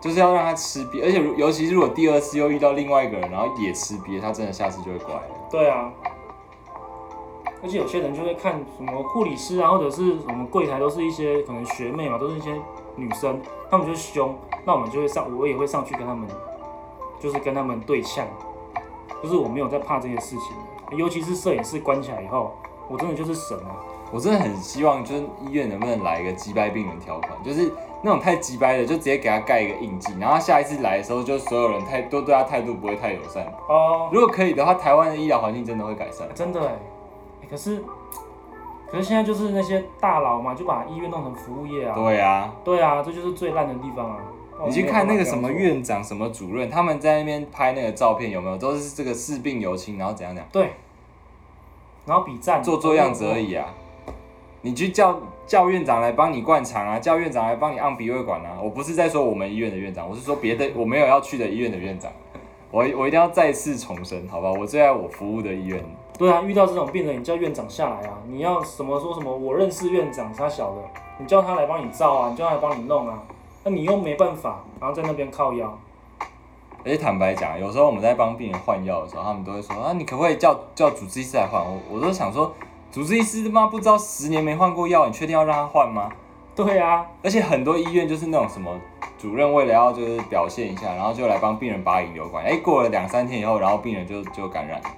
B: 就是要让他吃瘪，而且如尤其是如果第二次又遇到另外一个人，然后也吃瘪，他真的下次就会乖了。
A: 对啊。而且有些人就会看什么护理师啊，或者是我们柜台都是一些可能学妹嘛，都是一些女生，她们就凶，那我们就会上，我也会上去跟他们，就是跟他们对呛，就是我没有在怕这些事情的，尤其是摄影师关起来以后，我真的就是神啊。
B: 我真的很希望，就是医院能不能来一个击败病人条款，就是那种太击败的，就直接给他盖一个印记，然后他下一次来的时候，就所有人态都对他态度不会太友善。
A: 哦，
B: 如果可以的话，台湾的医疗环境真的会改善。
A: 真的哎、欸可是，可是现在就是那些大佬嘛，就把医院弄成服务业啊。
B: 对啊，
A: 对啊，这就是最烂的地方啊。哦
B: 你去看那个什么院长、什么主任，他们在那边拍那个照片，有没有都是这个视病由亲，然后怎样怎样，
A: 对，然后比战
B: 做做样子而。已啊。你去叫叫院长来帮你灌肠啊，叫院长来帮你按鼻胃管啊。我不是在说我们医院的院长，我是说别的我没有要去的医院的院长。我我一定要再次重申，好吧？我最爱我服务的医院，
A: 对啊，遇到这种病人，你叫院长下来啊！你要什么说什么，我认识院长，他小的，你叫他来帮你照啊，你叫他来帮你弄啊，那你又没办法，然后在那边靠腰。
B: 而且坦白讲，啊有时候我们在帮病人换药的时候，他们都会说啊，你可不可以叫叫主治医师来换？我我都想说，主治医师他妈不知道十年没换过药，你确定要让他换吗？
A: 对啊，
B: 而且很多医院就是那种什么主任为了要就是表现一下，然后就来帮病人拔引流管，哎、过了两三天以后，然后病人就就感染了，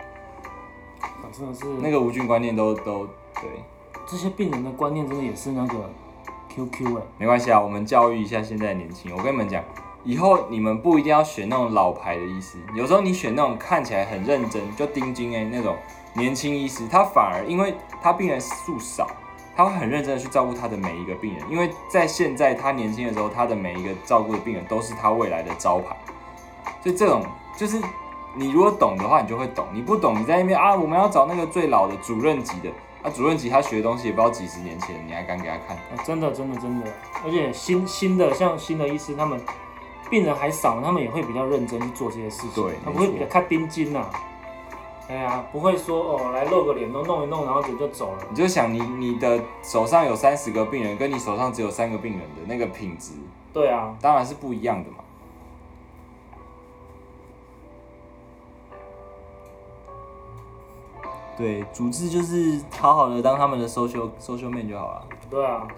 A: 啊真的是
B: 那个无菌观念都都对，
A: 这些病人的观念真的也是那个 QQ 哎、
B: 没关系啊，我们教育一下现在的年轻人，我跟你们讲。以后你们不一定要选那种老牌的医师，有时候你选那种看起来很认真，就丁金哎那种，年轻医师，他反而因为他病人数少，他会很认真的去照顾他的每一个病人，因为在现在他年轻的时候，他的每一个照顾的病人都是他未来的招牌。所以这种就是你如果懂的话，你就会懂；你不懂，你在那边啊，我们要找那个最老的主任级的，啊，主任级他学的东西也不知道几十年前，你还敢给他看？
A: 哎真的真的真的，而且新新的像新的医师，他们病人还少，他们也会比较认真去做这些事情，
B: 对
A: 他
B: 没
A: 不会
B: 错
A: 比较看钉筋呐、哎呀，不会说哦来露个脸，弄弄一弄，然后人就走了。
B: 你就想你你的手上有三十个病人，跟你手上只有三个病人的那个品质，
A: 对啊，
B: 当然是不一样的嘛。对，主治就是好好的当他们的 social social man 就好了。
A: 对啊，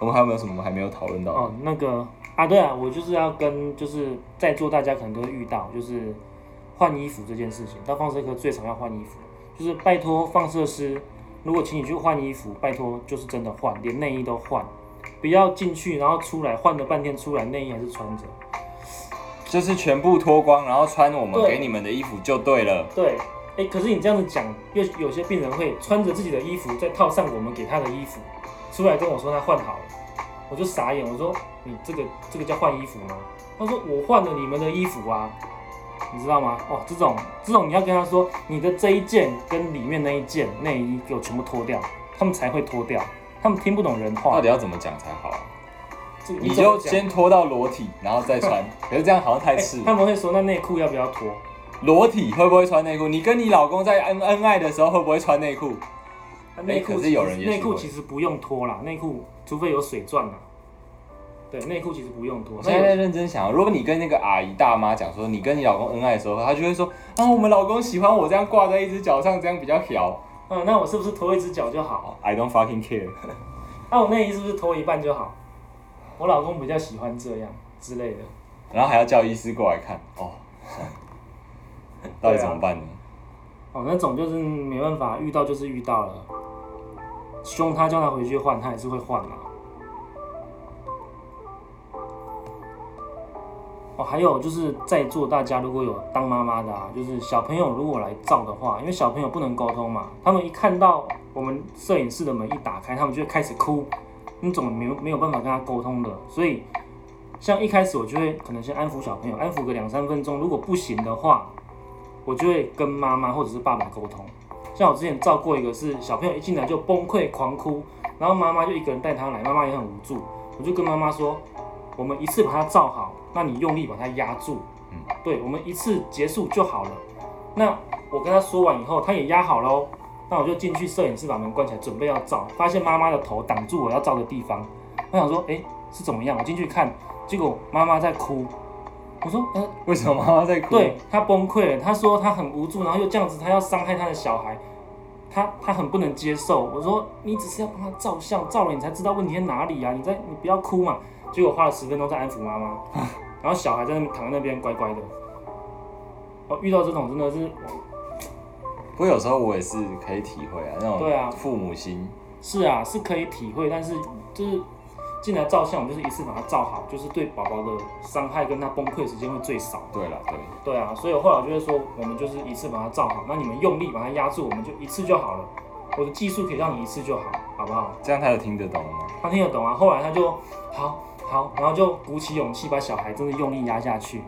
B: 我们还有没有什么还没有讨论到？
A: 哦那个啊对啊，我就是要跟就是在座大家可能都会遇到，就是换衣服这件事情，到放射科最常要换衣服，就是拜托放射师，如果请你去换衣服，拜托就是真的换，连内衣都换，不要进去然后出来换了半天出来内衣还是穿着。
B: 就是全部脱光，然后穿我们
A: 对
B: 给你们的衣服就对了。
A: 对，哎，可是你这样子讲，又有些病人会穿着自己的衣服，再套上我们给他的衣服，出来跟我说他换好了，我就傻眼，我说你这个这个叫换衣服吗？他说我换了你们的衣服啊，你知道吗？哦，这种这种你要跟他说，你的这一件跟里面那一件内衣给我全部脱掉，他们才会脱掉，他们听不懂人话
B: 到。底要怎么讲才好啊？
A: 这个
B: 你
A: 怎么
B: 就
A: 讲
B: 先脱到裸体，然后再穿。可是这样好像太
A: 哎
B: 赤裸
A: 他。们会说那内裤要不要脱？
B: 裸体会不会穿内裤？你跟你老公在恩恩爱的时候会不会穿内裤？
A: 啊内裤
B: 哎可是
A: 其实
B: 有人也是
A: 内裤
B: 会
A: 其实不用脱啦，内裤除非有水钻啦。对，内裤其实不用脱。
B: 我
A: 现
B: 现在
A: 在
B: 在认真想，啊如果你跟那个阿姨大妈讲说你跟你老公恩爱的时候，她就会说啊，我们老公喜欢我这样挂在一只脚上，这样比较小。
A: 嗯，那我是不是脱一只脚就好？
B: I don't fucking care。
A: 那我内衣是不是脱一半就好？我老公比较喜欢这样之类的。
B: 然后还要叫医师过来看哦，啊到底怎么办呢？
A: 哦，那种就是没办法，遇到就是遇到了。凶他叫他回去换，他还是会换啦、哦，还有就是在座大家如果有当妈妈的啊，就是小朋友如果来照的话，因为小朋友不能沟通嘛，他们一看到我们摄影室的门一打开，他们就会开始哭，那种没有没有办法跟他沟通的，所以像一开始我就会可能先安抚小朋友，安抚个两三分钟，如果不行的话，我就会跟妈妈或者是爸爸沟通。像我之前照过一个是小朋友一进来就崩溃狂哭，然后妈妈就一个人带他来，妈妈也很无助。我就跟妈妈说，我们一次把它照好，那你用力把它压住，
B: 嗯
A: 对，我们一次结束就好了。那我跟他说完以后，他也压好喽。那我就进去摄影室把门关起来，准备要照，发现妈妈的头挡住我要照的地方。我想说，诶，是怎么样？我进去看，结果妈妈在哭。我说，呃，
B: 为什么妈妈在哭？
A: 对他崩溃了，他说他很无助，然后又这样子，他要伤害他的小孩，他他很不能接受。我说你只是要帮他照相，照了你才知道问题在哪里啊！你在你不要哭嘛。结果花了十分钟在安抚妈妈，然后小孩在那边躺在那边乖乖的。哦，遇到这种真的是
B: 不过有时候我也是可以体会啊，那
A: 对啊
B: 种父母心。
A: 是啊，是可以体会，但是就是进来照相，我们就是一次把它照好，就是对宝宝的伤害跟他崩溃的时间会最少。
B: 对了，对，
A: 对啊，所以我后来我就会说，我们就是一次把它照好，那你们用力把它压住，我们就一次就好了。我的技术可以让你一次就好，好不好？
B: 这样他有听得懂了吗？
A: 他听得懂啊。后来他就好好，然后就鼓起勇气把小孩真的用力压下去，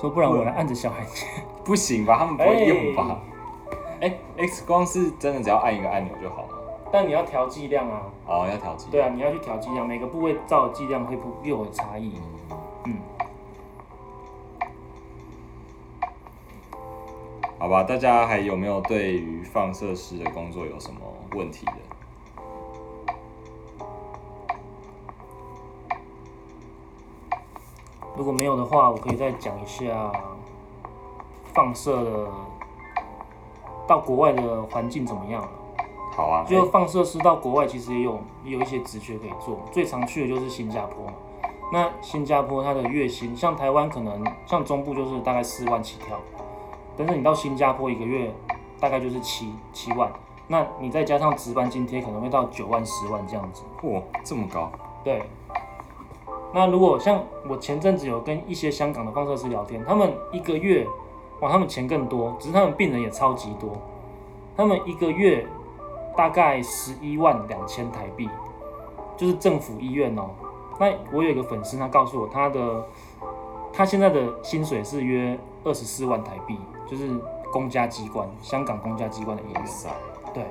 A: 说不然我来按着小孩。
B: 不行吧？他们不会用吧？哎、x 光是真的只要按一个按钮就好吗？
A: 但你要调剂量啊，
B: 哦，要调机。
A: 对啊，你要去调剂量，每个部位照的剂量会不又有差异。
B: 嗯
A: 嗯，
B: 好吧，大家还有没有对于放射师的工作有什么问题的？
A: 如果没有的话，我可以再讲一下放射的到国外的环境怎么样了。
B: 好啊，
A: 就
B: 哎
A: 放射师到国外其实也有也有一些职缺可以做，最常去的就是新加坡嘛。那新加坡它的月薪，像台湾可能像中部就是大概四万起跳，但是你到新加坡一个月大概就是七七万，那你再加上值班津贴可能会到九万十万这样子。
B: 哇，这么高，
A: 对，那如果像我前阵子有跟一些香港的放射师聊天，他们一个月，哇，他们钱更多，只是他们病人也超级多，他们一个月大概十一万两千台币，就是政府医院哦。那我有一个粉丝，他告诉我他的他现在的薪水是约二十四万台币，就是公家机关，香港公家机关的医院
B: 哇。塞，
A: 对，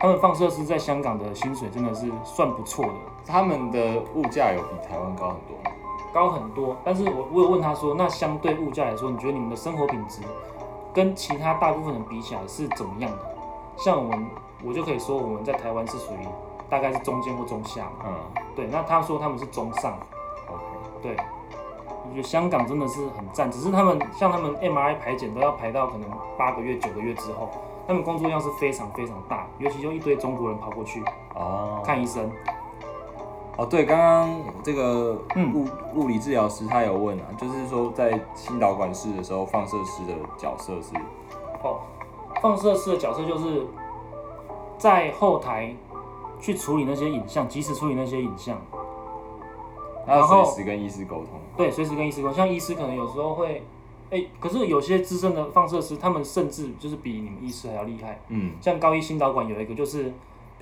A: 他们放射师在香港的薪水真的是算不错的，
B: 他们的物价有比台湾高很多吗？
A: 高很多。但是我我有问他说，那相对物价来说，你觉得你们的生活品质跟其他大部分人比起来是怎么样的？像我们，我就可以说我们在台湾是属于大概是中间或中下嘛。
B: 嗯
A: 对，那他说他们是中上，
B: ，OK，
A: 对。我觉得香港真的是很赞，只是他们像他们 MRI 排检都要排到可能八个月、九个月之后，他们工作量是非常非常大，尤其就一堆中国人跑过去
B: 哦，
A: 看医生，
B: 哦，对，刚刚这个
A: 嗯
B: 物物理治疗师他有问啊，就是说在心导管室的时候，放射师的角色是
A: 哦，放射师的角色就是在后台去处理那些影像，及时处理那些影像。
B: 他
A: 然后
B: 随时跟医师沟通，
A: 对，随时跟医师沟通。像医师可能有时候会，哎、可是有些资深的放射师，他们甚至就是比你们医师还要厉害。
B: 嗯，
A: 像高一心导管有一个就是，譬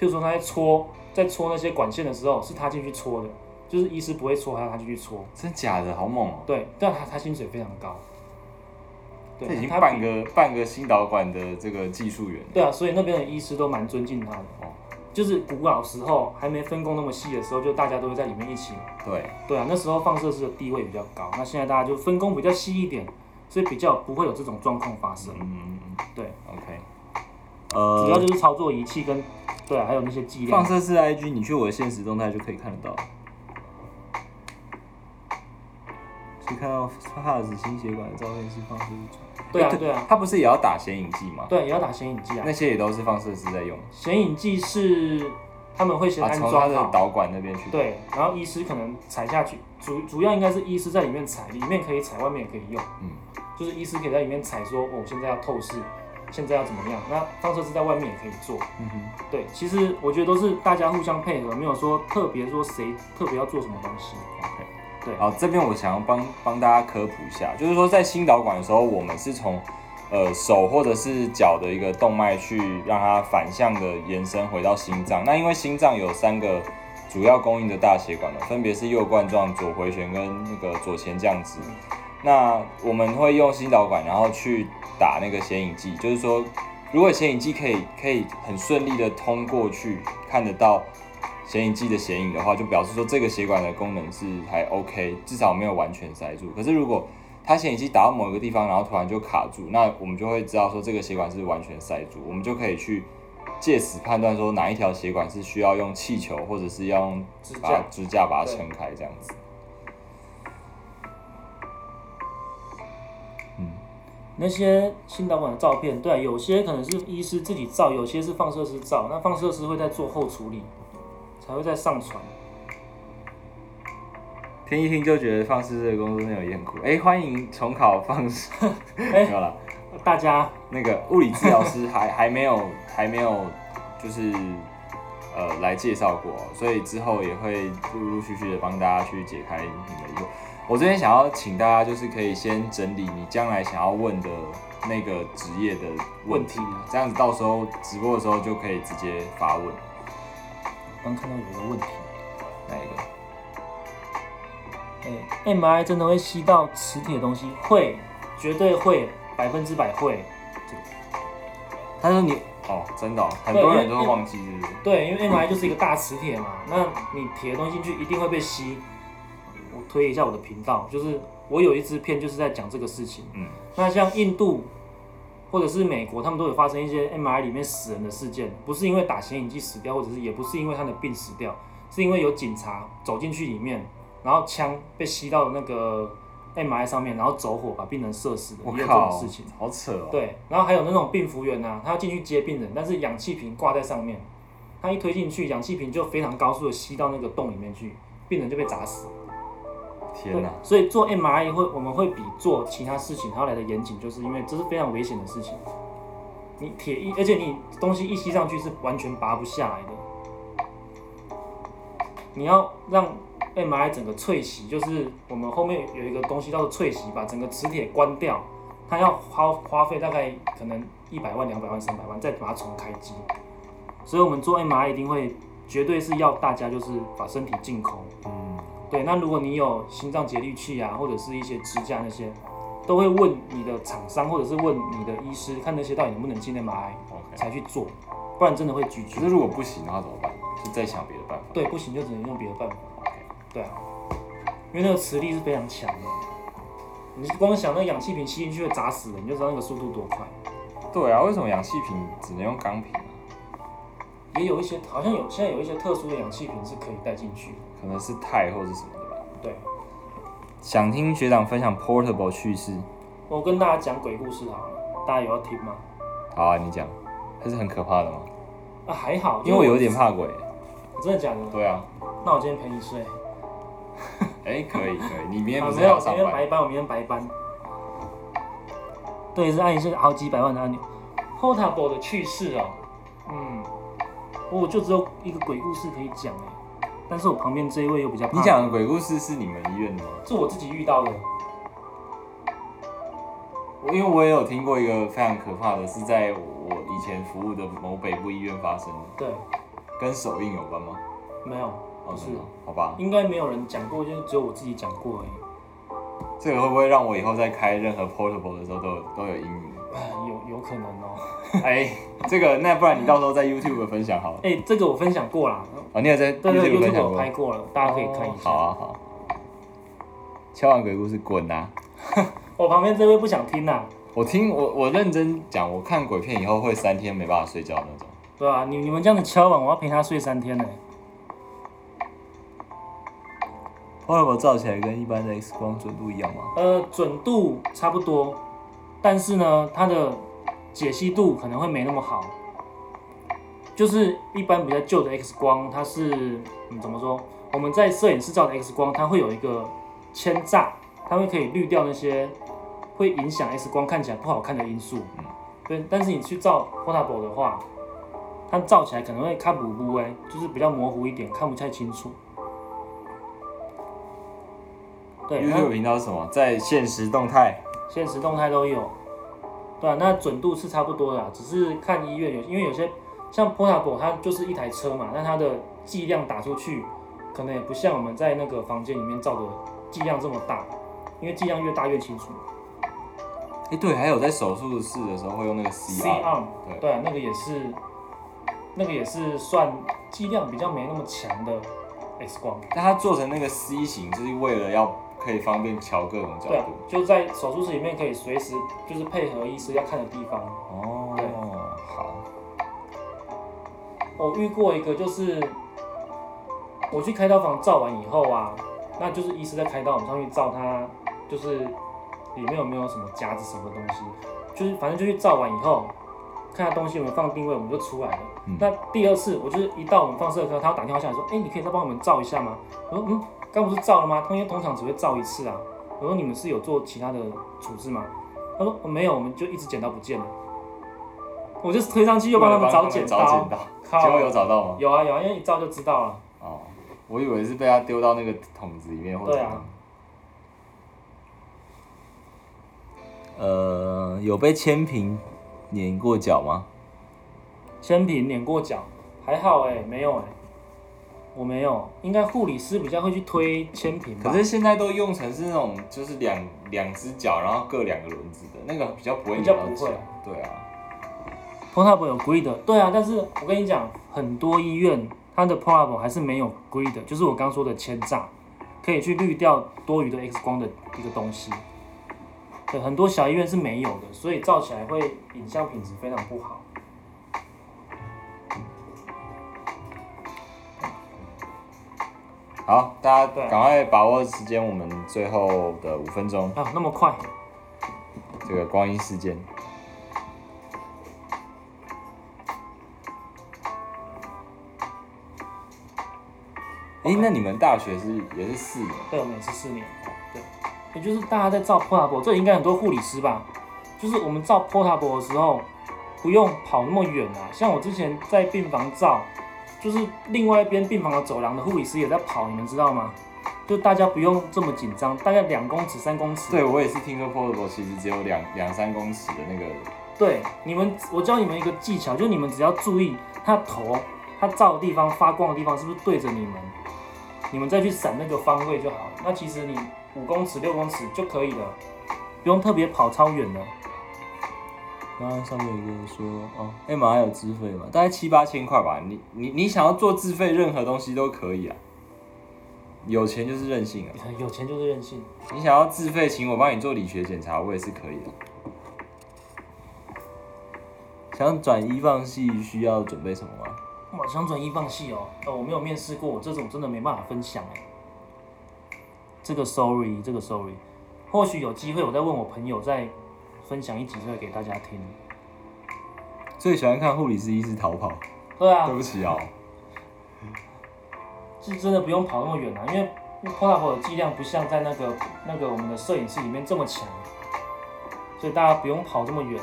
A: 如说他在戳在戳那些管线的时候，是他进去戳的，就是医师不会戳，还要他进去戳。
B: 真假的，好猛哦、
A: 对，但他他薪水非常高。
B: 这已经
A: 他比
B: 半个半个心导管的这个技术员了，
A: 对啊，所以那边的医师都蛮尊敬他的。
B: 哦
A: 就是古老时候还没分工那么细的时候，就大家都会在里面一起。
B: 对，
A: 对啊，那时候放射师的地位比较高，那现在大家就分工比较细一点，所以比较不会有这种状况发生。
B: 嗯
A: 对，
B: ，OK，
A: 主要
B: 呃，
A: 就是操作仪器跟对、啊，还有那些剂
B: 放
A: 量。
B: 射师的 IG，你去我的现实动态就可以看得到。是看到帕尔斯心血管的照片是放射师传，
A: 对啊
B: 诶
A: 对啊，
B: 他不是也要打显影剂吗？
A: 对，也要打显影剂啊
B: 那。些也都是放射师在用，
A: 显影剂是他们会先
B: 啊，
A: 安
B: 从他
A: 装
B: 的
A: 好，
B: 导管那边去。
A: 对，然后医师可能踩下去，主主要应该是医师在里面踩，里面可以踩，外面也可以用。
B: 嗯，
A: 就是医师可以在里面踩说，哦，现在要透视，现在要怎么样？那放射师在外面也可以做。
B: 嗯哼，
A: 对，其实我觉得都是大家互相配合，没有说特别说谁特别要做什么东西。对
B: 好，这边我想要帮帮大家科普一下，就是说在心导管的时候，我们是从呃手或者是脚的一个动脉去让它反向的延伸回到心脏。那因为心脏有三个主要供应的大血管嘛，分别是右冠状、左回旋跟那个左前降支。那我们会用心导管，然后去打那个显影剂，就是说，如果显影剂可以可以很顺利的通过去看得到显影剂的显影的话，就表示说这个血管的功能是还 OK，至少没有完全塞住。可是如果它显影剂打到某一个地方，然后突然就卡住，那我们就会知道说这个血管是完全塞住，我们就可以去借此判断说哪一条血管是需要用气球或者是要用
A: 支
B: 把它
A: 架
B: 支架把它
A: 对
B: 撑开这样子。嗯
A: 那些心导管的照片，对啊、有些可能是医师自己照，有些是放射师照。那放射师会在做后处理，才会再上传。
B: 听一听就觉得放肆这个工作内容也很酷。哎、欢迎重考
A: <laughs>
B: 放肆，没有啦，
A: 大家
B: 那个物理治
A: <laughs>
B: 疗师还还没有还没有就是呃来介绍过，所以之后也会陆陆续续的帮大家去解开你们的疑惑。我这边想要请大家就是可以先整理你将来想要问的那个职业的问题
A: 问题，
B: 这样子到时候直播的时候就可以直接发问。
A: 刚看到有一个问题，
B: 哪一个？
A: 哎、m r i 真的会吸到磁铁的东西？会，绝对会，百分之百会。
B: 他说你哦，真的、哦，很
A: 对
B: 多
A: 因为
B: 人都会忘记，是不是？
A: 对，因为 MRI 就是一个大磁铁嘛，那你铁的东西进去一定会被吸。我推一下我的频道，就是我有一支片就是在讲这个事情。
B: 嗯，
A: 那像印度或者是美国，他们都有发生一些 MRI 里面死人的事件，不是因为打显影剂死掉，或者是也不是因为他的病死掉，是因为有警察走进去里面，然后枪被吸到那个 MRI 上面，然后走火把病人射死的，
B: 我
A: 也有这种
B: 靠
A: 事情。，
B: 好扯哦。
A: 对，然后还有那种病服员呐、他要进去接病人，但是氧气瓶挂在上面，他一推进去，氧气瓶就非常高速的吸到那个洞里面去，病人就被砸死。
B: 天
A: 对
B: 哪，，
A: 所以做 MRI 会我们会比做其他事情还要来的严谨，就是因为这是非常危险的事情。你铁一，而且你东西一吸上去是完全拔不下来的，你要让 MRI 整个脆洗，就是我们后面有一个东西叫做脆洗，把整个磁铁关掉，它要花花费大概可能一百万、两百万、三百万，再把它重开机。所以我们做 MRI 一定会，绝对是要大家就是把身体净空。
B: 嗯，
A: 对，那如果你有心脏节律器啊，或者是一些支架那些，都会问你的厂商或者是问你的医师，看那些到底能不能进 MRI
B: OK
A: 才去做，不然真的会拒绝
B: 可。是如果不行的话怎么办？就再想别的办法。
A: 对，不行就只能用别的办法。
B: OK，
A: 对啊，因为那个磁力是非常强的，你光想那氧气瓶吸进去会砸死人，你就知道那个速度多快。
B: 对啊，为什么氧气瓶只能用钢瓶啊？
A: 也有一些好像有现在有一些特殊的氧气瓶是可以带进去的，
B: 可能是钛或是什么的吧。
A: 对。
B: 想听学长分享 portable 趣事，
A: 我跟大家讲鬼故事好了，大家有要听吗？
B: 好啊，你讲，它是很可怕的吗？
A: 啊，还好，
B: 因为我有点怕鬼。
A: 真的假的？
B: 对啊，
A: 那我今天陪你睡。
B: 哎、可以可以，你明天
A: 啊
B: 不，是
A: 没有，
B: 要
A: 我
B: 上
A: 明天
B: 班？
A: 白班，我明天白班。对，是按一下好几百万的按钮。Portable 的趣事哦，嗯，我就只有一个鬼故事可以讲哎，但是我旁边这一位又比较怕
B: <laughs> 你讲的鬼故事是你们医院的吗？
A: 是我自己遇到的，
B: 我因为我也有听过一个非常可怕的，是在我以前服务的某北部医院发生的，
A: 对，
B: 跟手印有关吗？
A: 没有，
B: 哦
A: 不是
B: 真的吗好吧，
A: 应该没有人讲过，就是只有我自己讲过而已。
B: 这个会不会让我以后在开任何 portable 的时候都有都有阴影？ <laughs>
A: 哎有有可能哦。
B: 哎，这个那不然你到时候在 YouTube 分享好了。
A: 哎、这个我分享过啦，
B: 哦，你也在
A: 对对
B: YouTube 分
A: ，YouTube
B: 享
A: 我
B: 过
A: 拍？过了，大家可以看一下。
B: 好啊好。敲完鬼故事滚啊！
A: 我旁边这位不想听啦、
B: 我听我我认真讲，我看鬼片以后会三天没办法睡觉那种。
A: 对啊，你你们这样子敲完，我要陪他睡三天呢、
B: portable 照起来跟一般的 X 光准度一样吗？
A: 呃，准度差不多，但是呢，它的解析度可能会没那么好。就是一般比较旧的 X 光，它是嗯怎么说？我们在摄影师照的 X 光，它会有一个铅栅，它会可以滤掉那些会影响 X 光看起来不好看的因素。
B: 嗯
A: 对，但是你去照 portable 的话，它照起来可能会看模糊哎，就是比较模糊一点，看不太清楚。对，啊它
B: YouTube 频道是什么？在现实动态。
A: 现实动态都有。对啊，那准度是差不多的啊，只是看医院有，因为有些像 portable 它就是一台车嘛，那它的剂量打出去，可能也不像我们在那个房间里面照的剂量这么大，因为剂量越大越清楚。
B: 哎、对，还有在手术室的时候会用那个 CR，
A: arm
B: 对
A: 对啊，那个也是，那个也是算剂量比较没那么强的 X 光。
B: 但它做成那个 C 型，就是为了要可以方便瞧各种角
A: 对啊
B: 度。，
A: 就在手术室里面可以随时就是配合医师要看的地方。对
B: 哦，好，
A: 我呃遇过一个，就是我去开刀房照完以后啊，那就是医师在开刀，我们上去照他，就是里面有没有什么夹子什么东西，就是反正就去照完以后，看他东西有没有放定位，我们就出来了。
B: 嗯
A: 那第二次，我就是一到我们放射科，他要打电话下来说，哎、你可以再帮我们照一下吗？我说，嗯，刚不是照了吗？通常通常只会照一次啊。我说，你们是有做其他的处置吗？他说、哦没有，我们就一直剪刀不见了。我就推上去又帮他们找剪
B: 找
A: 刀
B: 剪，刀，
A: 靠
B: 结果有找到吗？
A: 有啊有啊，因为一照就知道了。
B: 哦，我以为是被他丢到那个桶子里面或者
A: 对
B: 怎
A: 啊
B: 么样。呃，有被千平碾过脚吗？
A: 千平碾过脚，还好哎、没有哎、我没有，应该护理师比较会去推千平吧。
B: 可是现在都用成是那种，就是两两只脚，然后各两个轮子的那个比较不会
A: 比
B: 扭
A: 较
B: 到
A: 不
B: 脚
A: 会。
B: 对啊，
A: portable 有 grid，对啊，但是我跟你讲，很多医院它的 portable 还是没有 grid，就是我刚说的铅栅，可以去滤掉多余的 X 光的一个东西。对，很多小医院是没有的，所以照起来会影像品质非常不好。
B: 好，大家
A: 对啊
B: 赶快把握时间，我们最后的五分钟，
A: 啊，那么快？
B: 这个光阴事件。哎、那你们大学是也是四年？
A: 对，我们也是四年。哦对，也就是大家在照 portable，这里应该很多护理师吧？就是我们照 portable 的时候，不用跑那么远啊。像我之前在病房照，就是另外一边病房的走廊的护理师也在跑，你们知道吗？就大家不用这么紧张，大概两公尺、三公尺。
B: 对，我也是听说 portable 其实只有两两三公尺的那个，
A: 对，你们我教你们一个技巧，就是你们只要注意它头它照的地方、发光的地方是不是对着你们，你们再去闪那个方位就好。那其实你五公尺、六公尺就可以了，不用特别跑超远了。
B: 刚刚上面有一个人说哦，M R 有自费嘛，大概七八千块吧。你你你想要做自费，任何东西都可以啊，有钱就是任性啊。
A: 有钱就是任性。
B: 你想要自费请我帮你做理学检查，我也是可以的。想转一放系需要准备什么吗？
A: 哇，想转一放系哦，哦，我没有面试过，这种真的没办法分享哎。这个 sorry，这个 sorry，或许有机会我再问我朋友再分享一集出来给大家听。
B: 最喜欢看护理师医师逃跑，
A: 对啊
B: 对，不起哦。
A: 是真的不用跑那么远啊，因为 p o l a r 的剂量不像在那个那个我们的摄影室里面这么强，啊所以大家不用跑这么远，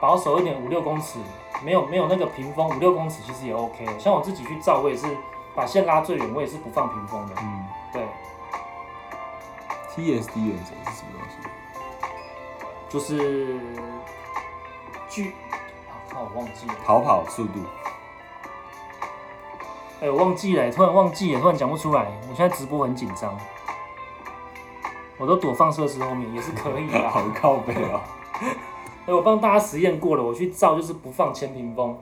A: 保守一点五六公尺，没有没有那个屏风五六公尺其实也 OK 了。像我自己去照，我也是把线拉最远，我也是不放屏风的。
B: 嗯
A: 对，
B: ，T S D 原则是什么东西？
A: 就是距，啊靠，我忘记了，
B: 逃跑速度，
A: 哎、我忘记了，突然忘记了，突然讲不出来。我现在直播很紧张，我都躲放射师后面也是可以的。
B: 好靠背哦。
A: 哎，我帮大家实验过了，我去照就是不放前屏风，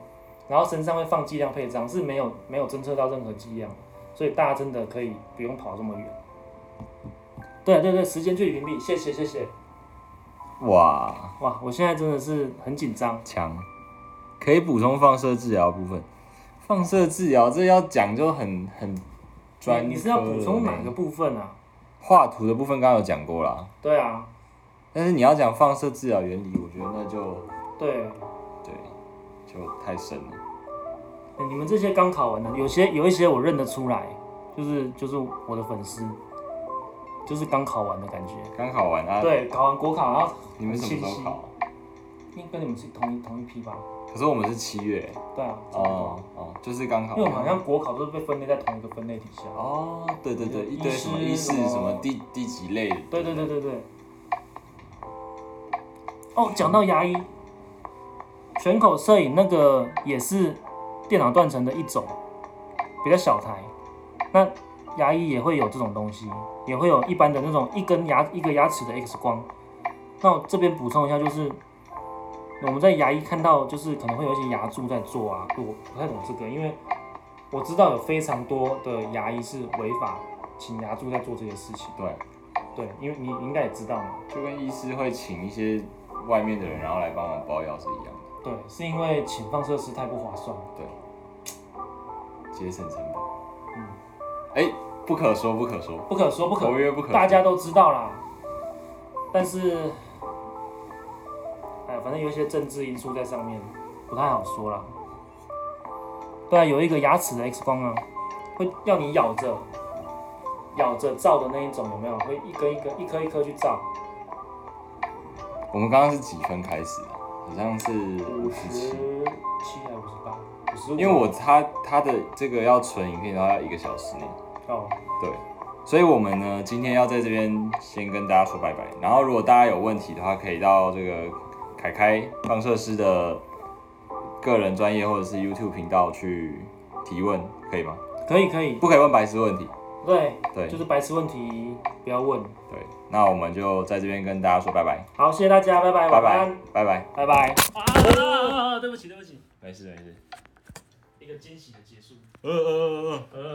A: 然后身上会放剂量配章，是没有没有侦测到任何剂量，所以大家真的可以不用跑这么远。对对对，时间距离屏蔽，谢谢谢谢。
B: 哇，
A: 哇，我现在真的是很紧张，
B: 强！可以补充放射治疗部分。放射治疗这要讲就很很专
A: 你你是
B: 科
A: 要
B: 了
A: 补充
B: 呢
A: 哪个部分啊？
B: 画图的部分刚刚有讲过啦，
A: 对啊，
B: 但是你要讲放射治疗原理，我觉得那就
A: 对，
B: 对，就太深了。
A: 哎你们这些刚考完的，有些有一些我认得出来，就是就是我的粉丝，就是刚考完的感觉。
B: 刚考完啊，
A: 对，考完国考，然后
B: 你们什么时
A: 很
B: 候
A: 清晰
B: 考？啊
A: 应该跟你们是同一同一批吧？
B: 可是我们是七月
A: 对啊，差不多。
B: 哦哦，就是刚考
A: 因为
B: 完。
A: 我们好像国考都是被分类在同一个分类底下。
B: 哦，对对对，
A: 有
B: 一堆什么
A: 医
B: 医
A: 师
B: 师
A: 什么
B: 什么第第几类？
A: 对对对对对。哦，讲到牙医，全口摄影那个也是电脑断层的一种，比较小台。那牙医也会有这种东西，也会有一般的那种一根牙一个牙齿的 X 光。那我这边补充一下，就是我们在牙医看到，就是可能会有一些牙柱在做啊，我不太懂这个，因为我知道有非常多的牙医是违法请牙柱在做这些事情。
B: 对，
A: 对，因为你你应该也知道嘛，
B: 就跟医师会请一些外面的人，然后来帮忙包药是一样的，
A: 对，是因为请放射师太不划算了。
B: 节省成本。
A: 嗯
B: 嗯，哎，不可说，不可说，
A: 不可说不可
B: 合，约不可说。
A: 大家都知道啦。但是，哎，反正有一些政治因素在上面，不太好说啦。对啊，有一个牙齿的 X 光啊，会要你咬着，咬着照的那一种，有没有？会一根一根、一颗一颗去照。
B: 我们刚刚是几分开始的？好像是
A: 五
B: 五
A: 十
B: 十七。
A: 七还是五十八？五十五。
B: 因为我他他的这个要存影片，然后要一个小时内，
A: 哦，
B: 对，所以我们呢今天要在这边先跟大家说拜拜。然后如果大家有问题的话，可以到这个凯凯放射师的个人专业或者是 YouTube 频道去提问，可以吗？
A: 可以可以，
B: 不可以问白痴问题，
A: 对，
B: 对
A: 就是白痴问题不要问。
B: 对。那我们就在这边跟大家说拜拜，
A: 好，谢谢大家，拜拜，
B: 拜
A: 晚
B: 拜
A: 安，，
B: 拜拜，
A: 拜拜。啊，对不起，对不起，
B: 没事没事，
A: 一个惊喜的结束。
B: 呃呃呃呃。
A: 呃。